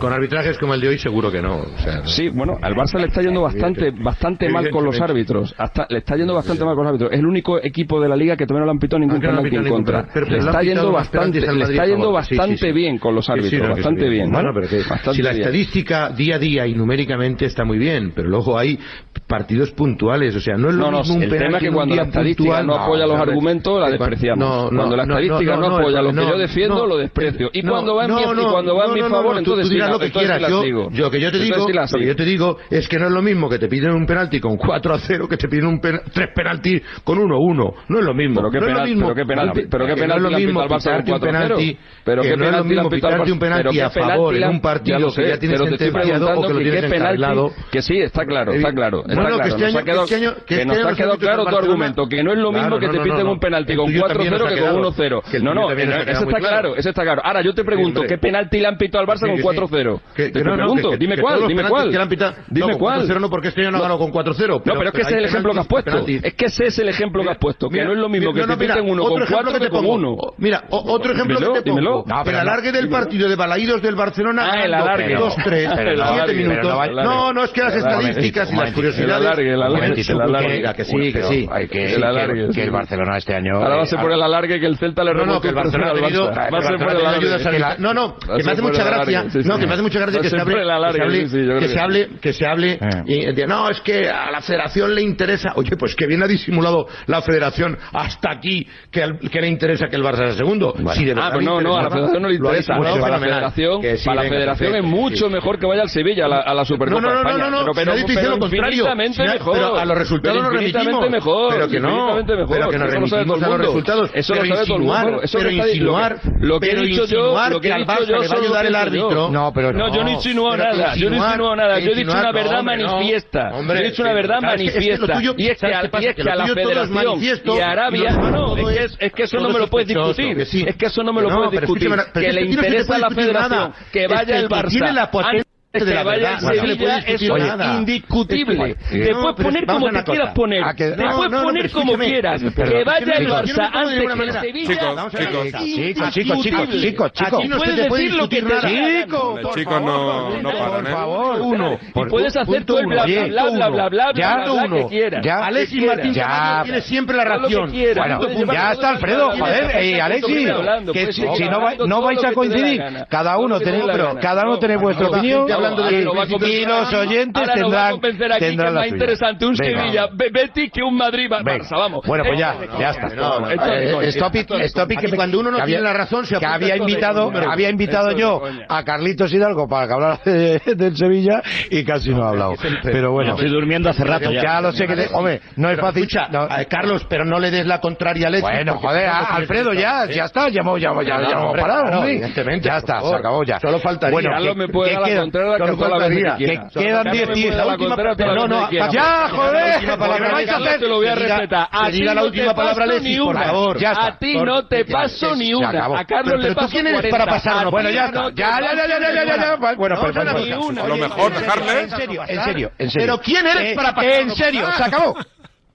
[SPEAKER 8] Con arbitrajes como el de hoy seguro que no. o sea,
[SPEAKER 9] Sí, bueno, al Barça le está yendo bastante, bastante mal con los árbitros. Hasta le está yendo bastante mal con los árbitros. Es el único equipo de la liga que todavía no le han pitado ningún
[SPEAKER 8] Aunque Ah, no le han
[SPEAKER 9] penalti en
[SPEAKER 8] pitado ningún penalti.
[SPEAKER 9] contra.
[SPEAKER 8] Pero-
[SPEAKER 9] Le
[SPEAKER 8] pero le
[SPEAKER 9] está
[SPEAKER 8] han
[SPEAKER 9] yendo
[SPEAKER 8] pitado más
[SPEAKER 9] bastante,
[SPEAKER 8] penaltis al
[SPEAKER 9] le está
[SPEAKER 8] Madrid a
[SPEAKER 9] yendo
[SPEAKER 8] favor. Sí, sí,
[SPEAKER 9] bastante
[SPEAKER 8] sí.
[SPEAKER 9] bien con los
[SPEAKER 8] Sí, sí,
[SPEAKER 9] árbitros,
[SPEAKER 8] no, que sí,
[SPEAKER 9] bastante bien. ¿no?
[SPEAKER 8] Bueno, pero que
[SPEAKER 9] Bastante
[SPEAKER 8] si la
[SPEAKER 9] bien.
[SPEAKER 8] estadística día a día y numéricamente está muy bien, pero luego hay partidos puntuales, o sea, no es lo
[SPEAKER 9] No, no,
[SPEAKER 8] mismo un
[SPEAKER 9] el tema
[SPEAKER 8] penalti
[SPEAKER 9] es que
[SPEAKER 8] en un
[SPEAKER 9] cuando
[SPEAKER 8] día
[SPEAKER 9] la estadística
[SPEAKER 8] puntual- eh,
[SPEAKER 9] no apoya los
[SPEAKER 8] hombre,
[SPEAKER 9] argumentos, la
[SPEAKER 8] que cuan-
[SPEAKER 9] despreciamos. Cuando la estadística no apoya lo que yo defiendo, lo desprecio. Y cuando va en mi- y cuando va en mi
[SPEAKER 8] no, no,
[SPEAKER 9] favor,
[SPEAKER 8] no, tú-
[SPEAKER 9] entonces
[SPEAKER 8] tú dirás
[SPEAKER 9] sí la-
[SPEAKER 8] lo que
[SPEAKER 9] entonces sí
[SPEAKER 8] quieras.
[SPEAKER 9] la
[SPEAKER 8] Yo,
[SPEAKER 9] sigo.
[SPEAKER 8] yo que yo te
[SPEAKER 9] Entonces
[SPEAKER 8] digo,
[SPEAKER 9] sí la
[SPEAKER 8] lo que yo
[SPEAKER 9] sigo.
[SPEAKER 8] te digo es que no es lo mismo que te piden un penalti con 4 a 0 que te piden un pen- tres penaltis con 1 a 1. No es lo mismo.
[SPEAKER 9] Pero qué
[SPEAKER 8] no es lo
[SPEAKER 9] penalti-
[SPEAKER 8] mismo
[SPEAKER 9] pero qué penalti-
[SPEAKER 8] que-
[SPEAKER 9] pero qué
[SPEAKER 8] que no es lo
[SPEAKER 9] penalti le han
[SPEAKER 8] mismo
[SPEAKER 9] pitado al Barça con
[SPEAKER 8] pitarte un
[SPEAKER 9] 4-0.
[SPEAKER 8] penalti,
[SPEAKER 9] Pero
[SPEAKER 8] que
[SPEAKER 9] qué
[SPEAKER 8] no es lo
[SPEAKER 9] penalti le han
[SPEAKER 8] mismo
[SPEAKER 9] pitado al
[SPEAKER 8] pitarte un
[SPEAKER 9] Barça- pero
[SPEAKER 8] penalti
[SPEAKER 9] qué
[SPEAKER 8] a
[SPEAKER 9] penalti
[SPEAKER 8] favor
[SPEAKER 9] le
[SPEAKER 8] en
[SPEAKER 9] han-
[SPEAKER 8] un partido
[SPEAKER 9] ya lo
[SPEAKER 8] que
[SPEAKER 9] sé,
[SPEAKER 8] ya tienes
[SPEAKER 9] pero te estoy
[SPEAKER 8] sentenciado o que
[SPEAKER 9] preguntando
[SPEAKER 8] lo
[SPEAKER 9] que
[SPEAKER 8] tienes
[SPEAKER 9] qué penalti-
[SPEAKER 8] encarrilado.
[SPEAKER 9] que sí, está claro, está claro, está
[SPEAKER 8] Bueno, que este año-
[SPEAKER 9] claro. Nos ha
[SPEAKER 8] que
[SPEAKER 9] quedado-
[SPEAKER 8] este año- que
[SPEAKER 9] que
[SPEAKER 8] este
[SPEAKER 9] nos
[SPEAKER 8] año
[SPEAKER 9] ha
[SPEAKER 8] los
[SPEAKER 9] quedado
[SPEAKER 8] árbitros
[SPEAKER 9] claro
[SPEAKER 8] del
[SPEAKER 9] tu
[SPEAKER 8] Barcelona-
[SPEAKER 9] argumento, que no es lo mismo
[SPEAKER 8] Claro,
[SPEAKER 9] que
[SPEAKER 8] no,
[SPEAKER 9] te
[SPEAKER 8] no,
[SPEAKER 9] piten
[SPEAKER 8] no.
[SPEAKER 9] un penalti
[SPEAKER 8] El
[SPEAKER 9] con
[SPEAKER 8] tuyo también
[SPEAKER 9] 4-0
[SPEAKER 8] nos ha
[SPEAKER 9] que con
[SPEAKER 8] quedado.
[SPEAKER 9] 1-0.
[SPEAKER 8] Que el
[SPEAKER 9] No,
[SPEAKER 8] tuyo
[SPEAKER 9] no,
[SPEAKER 8] también nos ha
[SPEAKER 9] eso
[SPEAKER 8] quedado
[SPEAKER 9] está
[SPEAKER 8] muy claro.
[SPEAKER 9] claro, eso está claro. Ahora yo te pregunto,
[SPEAKER 8] Eh, hombre.
[SPEAKER 9] ¿qué penalti le han pitado al Barça
[SPEAKER 8] Sí,
[SPEAKER 9] con
[SPEAKER 8] sí.
[SPEAKER 9] 4-0?
[SPEAKER 8] Que-
[SPEAKER 9] Te
[SPEAKER 8] que no, no,
[SPEAKER 9] pregunto,
[SPEAKER 8] que-
[SPEAKER 9] dime
[SPEAKER 8] que todos
[SPEAKER 9] cuál,
[SPEAKER 8] los
[SPEAKER 9] dime
[SPEAKER 8] penaltis
[SPEAKER 9] cuál.
[SPEAKER 8] que le han pitado-
[SPEAKER 9] Dime
[SPEAKER 8] no, con
[SPEAKER 9] cuál.
[SPEAKER 8] 4-0 no, porque este año no ha ganado con 4-0,
[SPEAKER 9] No,
[SPEAKER 8] pero-
[SPEAKER 9] pero es que
[SPEAKER 8] pero
[SPEAKER 9] ese es
[SPEAKER 8] hay
[SPEAKER 9] el ejemplo que has
[SPEAKER 8] penaltis,
[SPEAKER 9] puesto.
[SPEAKER 8] penaltis.
[SPEAKER 9] Es que ese es el ejemplo que has puesto, que
[SPEAKER 8] Mira,
[SPEAKER 9] no es lo mismo
[SPEAKER 8] mira,
[SPEAKER 9] que
[SPEAKER 8] no,
[SPEAKER 9] te
[SPEAKER 8] mira,
[SPEAKER 9] piten uno
[SPEAKER 8] otro
[SPEAKER 9] con
[SPEAKER 8] ejemplo
[SPEAKER 9] 4
[SPEAKER 8] que
[SPEAKER 9] que
[SPEAKER 8] te
[SPEAKER 9] con
[SPEAKER 8] pongo.
[SPEAKER 9] 1.
[SPEAKER 8] Mira, o- otro ejemplo
[SPEAKER 9] Dímelo,
[SPEAKER 8] que te pongo.
[SPEAKER 9] dímelo. No,
[SPEAKER 8] el
[SPEAKER 9] pero
[SPEAKER 8] alargue
[SPEAKER 9] no,
[SPEAKER 8] del
[SPEAKER 9] dímelo.
[SPEAKER 8] partido de Balaídos del Barcelona
[SPEAKER 9] Ah, el
[SPEAKER 8] ganando
[SPEAKER 9] alargue.
[SPEAKER 8] 2-3,
[SPEAKER 9] Pero el
[SPEAKER 8] 7
[SPEAKER 9] alargue,
[SPEAKER 8] minutos.
[SPEAKER 9] pero no vale.
[SPEAKER 8] No, no, es que las
[SPEAKER 9] Un momentito,
[SPEAKER 8] estadísticas y las
[SPEAKER 9] un momentito.
[SPEAKER 8] curiosidades...
[SPEAKER 9] El alargue, el alargue,
[SPEAKER 8] Momentito,
[SPEAKER 9] el alargue.
[SPEAKER 8] que- Que sí, que
[SPEAKER 9] Pero
[SPEAKER 8] sí.
[SPEAKER 9] hay que-
[SPEAKER 8] Sí,
[SPEAKER 9] el alargue, sí.
[SPEAKER 8] Barcelona este año...
[SPEAKER 9] Ahora va a
[SPEAKER 8] eh,
[SPEAKER 9] ser por el alargue que el Celta le
[SPEAKER 8] no,
[SPEAKER 9] remontó
[SPEAKER 8] no, que el Barcelona ha
[SPEAKER 9] al
[SPEAKER 8] tenido,
[SPEAKER 9] Barça.
[SPEAKER 8] que
[SPEAKER 9] Va a
[SPEAKER 8] el
[SPEAKER 9] ser por
[SPEAKER 8] Barcelona
[SPEAKER 9] eh, el
[SPEAKER 8] ha tenido
[SPEAKER 9] alargue.
[SPEAKER 8] ayudas arbitra- No, no,
[SPEAKER 9] Va a
[SPEAKER 8] que
[SPEAKER 9] ser
[SPEAKER 8] me hace
[SPEAKER 9] por el
[SPEAKER 8] mucha gracia.
[SPEAKER 9] alargue, sí, sí.
[SPEAKER 8] No, que me hace mucha gracia
[SPEAKER 9] Va
[SPEAKER 8] que
[SPEAKER 9] a
[SPEAKER 8] se
[SPEAKER 9] ser por
[SPEAKER 8] hable.
[SPEAKER 9] el
[SPEAKER 8] que
[SPEAKER 9] alargue,
[SPEAKER 8] se hable-
[SPEAKER 9] sí, sí, yo creo
[SPEAKER 8] Que
[SPEAKER 9] que
[SPEAKER 8] se
[SPEAKER 9] sí.
[SPEAKER 8] hable. Que se hable. y diga, No, es que a la federación le interesa. Oye, pues que bien ha disimulado la federación hasta aquí que, al- que le interesa que el Barça sea segundo. Si de verdad
[SPEAKER 9] ah, pues no, no, a la
[SPEAKER 8] interesaba,
[SPEAKER 9] Federación no le
[SPEAKER 8] lo ha
[SPEAKER 9] interesa.
[SPEAKER 8] disimulado
[SPEAKER 9] para la
[SPEAKER 8] fenomenal.
[SPEAKER 9] Federación,
[SPEAKER 8] Que sí,
[SPEAKER 9] para la
[SPEAKER 8] venga,
[SPEAKER 9] federación es
[SPEAKER 8] perfecto,
[SPEAKER 9] mucho
[SPEAKER 8] sí.
[SPEAKER 9] mejor que vaya al Sevilla a la, a la Supercopa
[SPEAKER 8] No, no, no,
[SPEAKER 9] de España.
[SPEAKER 8] no, no,
[SPEAKER 9] pero, pero,
[SPEAKER 8] nadie te dice
[SPEAKER 9] pero
[SPEAKER 8] lo contrario.
[SPEAKER 9] infinitamente
[SPEAKER 8] Si na-
[SPEAKER 9] mejor.
[SPEAKER 8] pero a los resultados
[SPEAKER 9] pero
[SPEAKER 8] nos
[SPEAKER 9] infinitamente
[SPEAKER 8] remitimos.
[SPEAKER 9] mejor.
[SPEAKER 8] Pero que no,
[SPEAKER 9] infinitamente mejor.
[SPEAKER 8] pero que nos
[SPEAKER 9] Eso lo sabe
[SPEAKER 8] remitimos
[SPEAKER 9] todo el
[SPEAKER 8] a los
[SPEAKER 9] mundo.
[SPEAKER 8] resultados.
[SPEAKER 9] Eso
[SPEAKER 8] Pero
[SPEAKER 9] lo sabe todo el
[SPEAKER 8] insinuar,
[SPEAKER 9] mundo. Eso
[SPEAKER 8] pero
[SPEAKER 9] lo está-
[SPEAKER 8] insinuar,
[SPEAKER 9] lo que he
[SPEAKER 8] pero
[SPEAKER 9] dicho yo,
[SPEAKER 8] insinuar
[SPEAKER 9] lo que
[SPEAKER 8] que
[SPEAKER 9] he
[SPEAKER 8] al
[SPEAKER 9] dicho
[SPEAKER 8] Barça
[SPEAKER 9] yo
[SPEAKER 8] le va a
[SPEAKER 9] solo
[SPEAKER 8] ayudar
[SPEAKER 9] lo
[SPEAKER 8] el
[SPEAKER 9] pienso yo.
[SPEAKER 8] árbitro. No, pero no.
[SPEAKER 9] yo no he insinuado
[SPEAKER 8] Pero que
[SPEAKER 9] nada, yo
[SPEAKER 8] insinuar,
[SPEAKER 9] no he insinuado nada,
[SPEAKER 8] que
[SPEAKER 9] yo he dicho
[SPEAKER 8] insinuar,
[SPEAKER 9] una
[SPEAKER 8] no,
[SPEAKER 9] verdad
[SPEAKER 8] hombre, no.
[SPEAKER 9] manifiesta.
[SPEAKER 8] Hombre,
[SPEAKER 9] yo he dicho una verdad
[SPEAKER 8] ¿sabes qué? Es que lo
[SPEAKER 9] manifiesta.
[SPEAKER 8] tuyo-
[SPEAKER 9] y es que
[SPEAKER 8] ¿sabes
[SPEAKER 9] a,
[SPEAKER 8] qué pasa?
[SPEAKER 9] y es
[SPEAKER 8] Que
[SPEAKER 9] que a
[SPEAKER 8] lo
[SPEAKER 9] la
[SPEAKER 8] tuyo todo es
[SPEAKER 9] Federación
[SPEAKER 8] manifiesto
[SPEAKER 9] y a
[SPEAKER 8] y
[SPEAKER 9] Arabia,
[SPEAKER 8] lo demás
[SPEAKER 9] no,
[SPEAKER 8] todo
[SPEAKER 9] es que,
[SPEAKER 8] es-
[SPEAKER 9] es- es que eso
[SPEAKER 8] todo
[SPEAKER 9] no me lo
[SPEAKER 8] es
[SPEAKER 9] puedes
[SPEAKER 8] sospechoso,
[SPEAKER 9] discutir.
[SPEAKER 8] que sí.
[SPEAKER 9] Es que eso no me lo
[SPEAKER 8] No,
[SPEAKER 9] puedes
[SPEAKER 8] pero
[SPEAKER 9] discutir.
[SPEAKER 8] escúchame, pero
[SPEAKER 9] que
[SPEAKER 8] es
[SPEAKER 9] le
[SPEAKER 8] que no se le
[SPEAKER 9] interesa
[SPEAKER 8] puede
[SPEAKER 9] a la
[SPEAKER 8] discutir
[SPEAKER 9] Federación
[SPEAKER 8] nada.
[SPEAKER 9] que
[SPEAKER 8] Es que
[SPEAKER 9] vaya
[SPEAKER 8] el
[SPEAKER 9] el
[SPEAKER 8] que
[SPEAKER 9] Barça.
[SPEAKER 8] tiene la potencia
[SPEAKER 9] antes
[SPEAKER 8] Este de la
[SPEAKER 54] que
[SPEAKER 8] verdad,
[SPEAKER 9] vaya
[SPEAKER 8] no se
[SPEAKER 9] el
[SPEAKER 8] le puede
[SPEAKER 9] Sevilla,
[SPEAKER 8] discutir
[SPEAKER 9] eso es
[SPEAKER 8] nada.
[SPEAKER 9] indiscutible.
[SPEAKER 8] Escucha,
[SPEAKER 9] Te
[SPEAKER 8] no,
[SPEAKER 9] puedes
[SPEAKER 8] pero
[SPEAKER 9] poner
[SPEAKER 8] vamos
[SPEAKER 9] como
[SPEAKER 8] a una
[SPEAKER 9] te quieras
[SPEAKER 8] cosa.
[SPEAKER 9] poner.
[SPEAKER 8] A que-
[SPEAKER 9] Te
[SPEAKER 8] no,
[SPEAKER 9] puedes
[SPEAKER 8] no, no,
[SPEAKER 9] poner
[SPEAKER 8] pero
[SPEAKER 9] como
[SPEAKER 8] escúchame.
[SPEAKER 9] quieras.
[SPEAKER 8] Perdón.
[SPEAKER 9] Que vaya el
[SPEAKER 8] Chicos, yo
[SPEAKER 9] Barça
[SPEAKER 8] no puedo de
[SPEAKER 9] antes
[SPEAKER 8] ninguna
[SPEAKER 9] que el
[SPEAKER 8] manera.
[SPEAKER 9] Sevilla.
[SPEAKER 8] Chicos,
[SPEAKER 9] Vamos a
[SPEAKER 8] chicos,
[SPEAKER 9] ver,
[SPEAKER 8] chicos,
[SPEAKER 9] es
[SPEAKER 8] chicos, chicos,
[SPEAKER 9] indiscutible.
[SPEAKER 8] chicos, chicos.
[SPEAKER 9] Aquí no se
[SPEAKER 8] Puedes
[SPEAKER 9] te puede
[SPEAKER 8] decir lo que
[SPEAKER 9] discutir
[SPEAKER 8] te
[SPEAKER 9] nada.
[SPEAKER 8] salga.
[SPEAKER 9] Chicos,
[SPEAKER 1] Los chicos no, no paran,
[SPEAKER 8] Por
[SPEAKER 1] ¿eh?
[SPEAKER 8] favor, uno.
[SPEAKER 9] Y puedes hacer todo el bla, bla, bla, bla, bla, bla, bla, bla, que quieras.
[SPEAKER 8] Ya,
[SPEAKER 9] Alexis
[SPEAKER 8] Alexis
[SPEAKER 9] Martín
[SPEAKER 8] Martín
[SPEAKER 9] Camacho
[SPEAKER 8] tiene siempre la ración.
[SPEAKER 9] Bueno,
[SPEAKER 8] ya está, Alfredo, joder, eh, Alexis,
[SPEAKER 9] pues,
[SPEAKER 8] que si- si no, vai- no vais a coincidir, cada uno tenéis, pero cada uno tenéis vuestra Pues opinión, hablando de
[SPEAKER 19] lo va a convencer-
[SPEAKER 8] y los oyentes
[SPEAKER 19] ahora lo va a
[SPEAKER 8] tendrán-
[SPEAKER 19] convencer aquí
[SPEAKER 8] tendrán
[SPEAKER 19] que es
[SPEAKER 8] la
[SPEAKER 19] más
[SPEAKER 8] suya.
[SPEAKER 19] interesante un
[SPEAKER 8] Venga.
[SPEAKER 19] Sevilla Be- Betis que un Madrid Bar-
[SPEAKER 8] Venga.
[SPEAKER 19] Barça vamos
[SPEAKER 8] Bueno, pues ya,
[SPEAKER 19] Esto-
[SPEAKER 8] ya está.
[SPEAKER 19] no, no, esto es de coña.
[SPEAKER 8] Stop it,
[SPEAKER 19] Esto es de
[SPEAKER 8] stop it,
[SPEAKER 19] coña.
[SPEAKER 8] que
[SPEAKER 19] Cuando uno no
[SPEAKER 8] que
[SPEAKER 19] tiene la razón, se
[SPEAKER 8] que
[SPEAKER 19] apunta
[SPEAKER 8] había
[SPEAKER 19] esto de
[SPEAKER 8] invitado,
[SPEAKER 19] coña.
[SPEAKER 8] había invitado
[SPEAKER 19] Esto es
[SPEAKER 8] yo
[SPEAKER 19] de coña.
[SPEAKER 8] a Carlitos Hidalgo para que hablara de- del Sevilla y casi no ha hablado. Pero bueno,
[SPEAKER 9] Estoy durmiendo hace rato ya.
[SPEAKER 8] lo sé que, te- hombre, no es
[SPEAKER 9] Pero
[SPEAKER 8] fácil.
[SPEAKER 9] escucha,
[SPEAKER 8] no.
[SPEAKER 9] Carlos, pero no le des la contraria al hecho.
[SPEAKER 8] Bueno,
[SPEAKER 9] porque
[SPEAKER 8] joder,
[SPEAKER 9] si no, no
[SPEAKER 8] a- ah,
[SPEAKER 9] se
[SPEAKER 8] Alfredo, ya,
[SPEAKER 9] necesita, ¿eh?
[SPEAKER 8] ya está, ya hemos, ya hemos, ya,
[SPEAKER 9] No, no,
[SPEAKER 8] ya hemos
[SPEAKER 9] hombre,
[SPEAKER 8] parado,
[SPEAKER 9] claro,
[SPEAKER 8] hombre.
[SPEAKER 9] evidentemente,
[SPEAKER 8] Ya
[SPEAKER 9] por
[SPEAKER 8] está, se
[SPEAKER 9] favor.
[SPEAKER 8] acabó ya.
[SPEAKER 9] Solo faltaría.
[SPEAKER 8] Bueno,
[SPEAKER 9] Carlos
[SPEAKER 8] que-
[SPEAKER 9] me puede
[SPEAKER 8] que
[SPEAKER 9] dar la
[SPEAKER 8] queda-
[SPEAKER 9] contraria toda la
[SPEAKER 8] solo
[SPEAKER 9] vez que
[SPEAKER 8] faltaría.
[SPEAKER 9] quiera.
[SPEAKER 8] Que quedan
[SPEAKER 9] Carlos me
[SPEAKER 8] 10,
[SPEAKER 9] puede
[SPEAKER 8] 10,
[SPEAKER 9] dar la
[SPEAKER 8] última
[SPEAKER 9] contraria toda la
[SPEAKER 8] No,
[SPEAKER 9] vez
[SPEAKER 8] no,
[SPEAKER 9] que quiera.
[SPEAKER 8] ya, joder, que
[SPEAKER 9] Que diga la última
[SPEAKER 8] me
[SPEAKER 9] palabra,
[SPEAKER 8] vais a
[SPEAKER 9] Carlos,
[SPEAKER 8] hacer.
[SPEAKER 9] te lo voy a
[SPEAKER 8] Que diga-
[SPEAKER 9] respetar.
[SPEAKER 8] que
[SPEAKER 9] A ti
[SPEAKER 8] diga la
[SPEAKER 9] no te
[SPEAKER 8] última
[SPEAKER 9] paso
[SPEAKER 8] palabra,
[SPEAKER 9] ni
[SPEAKER 8] Alexis, por
[SPEAKER 9] una.
[SPEAKER 8] favor. Ya
[SPEAKER 9] A
[SPEAKER 8] está.
[SPEAKER 9] ti no te
[SPEAKER 8] Ya, ya,
[SPEAKER 9] paso
[SPEAKER 8] ya,
[SPEAKER 9] ni
[SPEAKER 8] se
[SPEAKER 9] una.
[SPEAKER 8] acabó.
[SPEAKER 9] A Carlos
[SPEAKER 8] Pero-
[SPEAKER 9] le
[SPEAKER 8] pero tú
[SPEAKER 9] paso
[SPEAKER 8] quién eres
[SPEAKER 9] 40.
[SPEAKER 8] para pasar
[SPEAKER 9] A
[SPEAKER 8] una
[SPEAKER 9] ti
[SPEAKER 8] Bueno, ya
[SPEAKER 9] no
[SPEAKER 8] está.
[SPEAKER 9] te
[SPEAKER 8] Ya, ya, ya, ya,
[SPEAKER 9] paso
[SPEAKER 8] ya, ya, ya,
[SPEAKER 9] ni
[SPEAKER 8] ya.
[SPEAKER 9] una.
[SPEAKER 8] Bueno,
[SPEAKER 9] No,
[SPEAKER 8] pues,
[SPEAKER 9] no,
[SPEAKER 8] pues,
[SPEAKER 9] ni
[SPEAKER 8] pues,
[SPEAKER 9] una.
[SPEAKER 8] pues,
[SPEAKER 9] Oye, en serio,
[SPEAKER 8] En serio, en serio, en serio.
[SPEAKER 9] Pero quién eres
[SPEAKER 8] Eh,
[SPEAKER 9] para pasar
[SPEAKER 8] En serio, se acabó.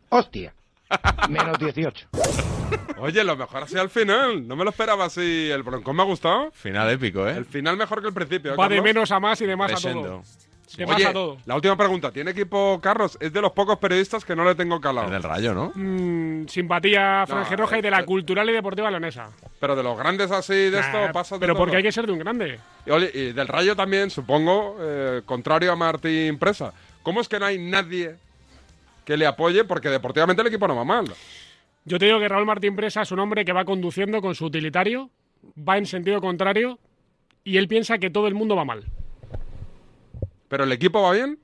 [SPEAKER 8] Hostia. Menos 18.
[SPEAKER 1] Oye, lo mejor así al final. No me lo esperaba así. El broncón me ha gustado.
[SPEAKER 2] Final épico, ¿eh?
[SPEAKER 1] El final mejor que el principio. ¿eh,
[SPEAKER 3] Va de
[SPEAKER 1] Carlos?
[SPEAKER 3] menos a más y de más a todo.
[SPEAKER 1] Crescendo.
[SPEAKER 3] De más
[SPEAKER 1] Oye,
[SPEAKER 3] a todo.
[SPEAKER 1] la última pregunta. ¿Tiene equipo Carlos? Es de los pocos periodistas que no le tengo calado. del
[SPEAKER 2] rayo, ¿no?
[SPEAKER 3] Mm, simpatía franjirroja y de la cultural y deportiva leonesa.
[SPEAKER 1] Pero de los grandes así de esto
[SPEAKER 3] Nah,
[SPEAKER 1] pasa de
[SPEAKER 3] pero
[SPEAKER 1] todo.
[SPEAKER 3] porque hay que ser de un grande.
[SPEAKER 1] Y, ole, y del Rayo también, supongo, eh, contrario a Martín Presa. ¿Cómo es que no hay nadie que le apoye? Porque deportivamente el equipo no va mal.
[SPEAKER 3] Yo te digo que Raúl Martín Presa es un hombre que va conduciendo con su utilitario, va en sentido contrario y él piensa que todo el mundo va mal.
[SPEAKER 1] ¿Pero el equipo va bien?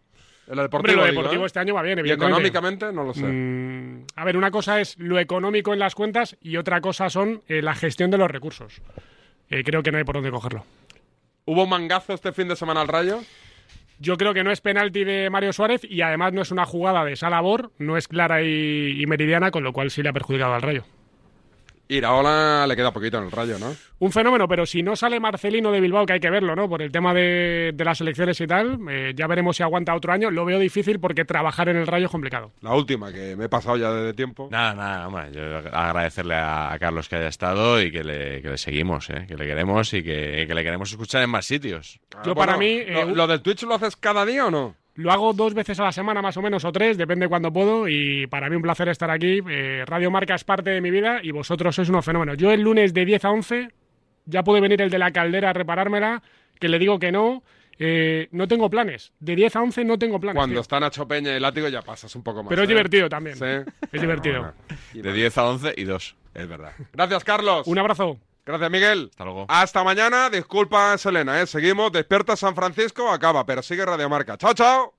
[SPEAKER 1] El deportivo,
[SPEAKER 3] Hombre, lo
[SPEAKER 1] digo,
[SPEAKER 3] deportivo
[SPEAKER 1] ¿eh?
[SPEAKER 3] este año va bien,
[SPEAKER 1] Y
[SPEAKER 3] evidentemente. Mm.
[SPEAKER 1] económicamente, no lo sé.
[SPEAKER 3] A ver, una cosa es lo económico en las cuentas y otra cosa son eh, la gestión de los recursos. Eh, creo que no hay por dónde cogerlo.
[SPEAKER 1] ¿Hubo mangazo este fin de semana al Rayo?
[SPEAKER 3] Yo creo que no es penalti de Mario Suárez y además no es una jugada de Salabor, no es clara y, y meridiana, con lo cual sí le ha perjudicado al Rayo.
[SPEAKER 1] Iraola le queda poquito en el Rayo, ¿no?
[SPEAKER 3] Un fenómeno, pero si no sale Marcelino de Bilbao, que hay que verlo, ¿no? Por el tema de, de las elecciones y tal, eh, ya veremos si aguanta otro año. Lo veo difícil porque trabajar en el Rayo es complicado.
[SPEAKER 1] La última, que me he pasado ya desde tiempo.
[SPEAKER 2] Nada, nada, hombre, yo agradecerle a, a Carlos que haya estado y que le, que le seguimos, ¿eh? que le queremos y que, que le queremos escuchar en más sitios.
[SPEAKER 3] Yo para mí, eh,
[SPEAKER 1] Ah, ¿lo, lo del Twitch lo haces cada día o no?
[SPEAKER 3] Lo hago dos veces a la semana, más o menos, o tres, depende cuando puedo. Y para mí un placer estar aquí. Eh, Radio Marca es parte de mi vida y vosotros sois unos fenómenos. Yo el lunes de 10 a 11 ya puede venir el de la caldera a reparármela, que le digo que no. Eh, no tengo planes. De 10 a 11 no tengo planes.
[SPEAKER 1] Cuando
[SPEAKER 3] tío.
[SPEAKER 1] está Nacho Peña y el látigo ya pasas un poco más.
[SPEAKER 3] Pero es
[SPEAKER 1] ¿eh?
[SPEAKER 3] divertido también.
[SPEAKER 1] Sí.
[SPEAKER 3] Es divertido.
[SPEAKER 2] De 10 a 11 y 2.
[SPEAKER 1] Es verdad. Gracias, Carlos.
[SPEAKER 3] Un abrazo.
[SPEAKER 1] Gracias, Miguel.
[SPEAKER 2] Hasta luego.
[SPEAKER 1] Hasta mañana. Disculpa, Selena, ¿eh? Seguimos. Despierta San Francisco. Acaba, pero sigue Radio Marca. Chao, chao.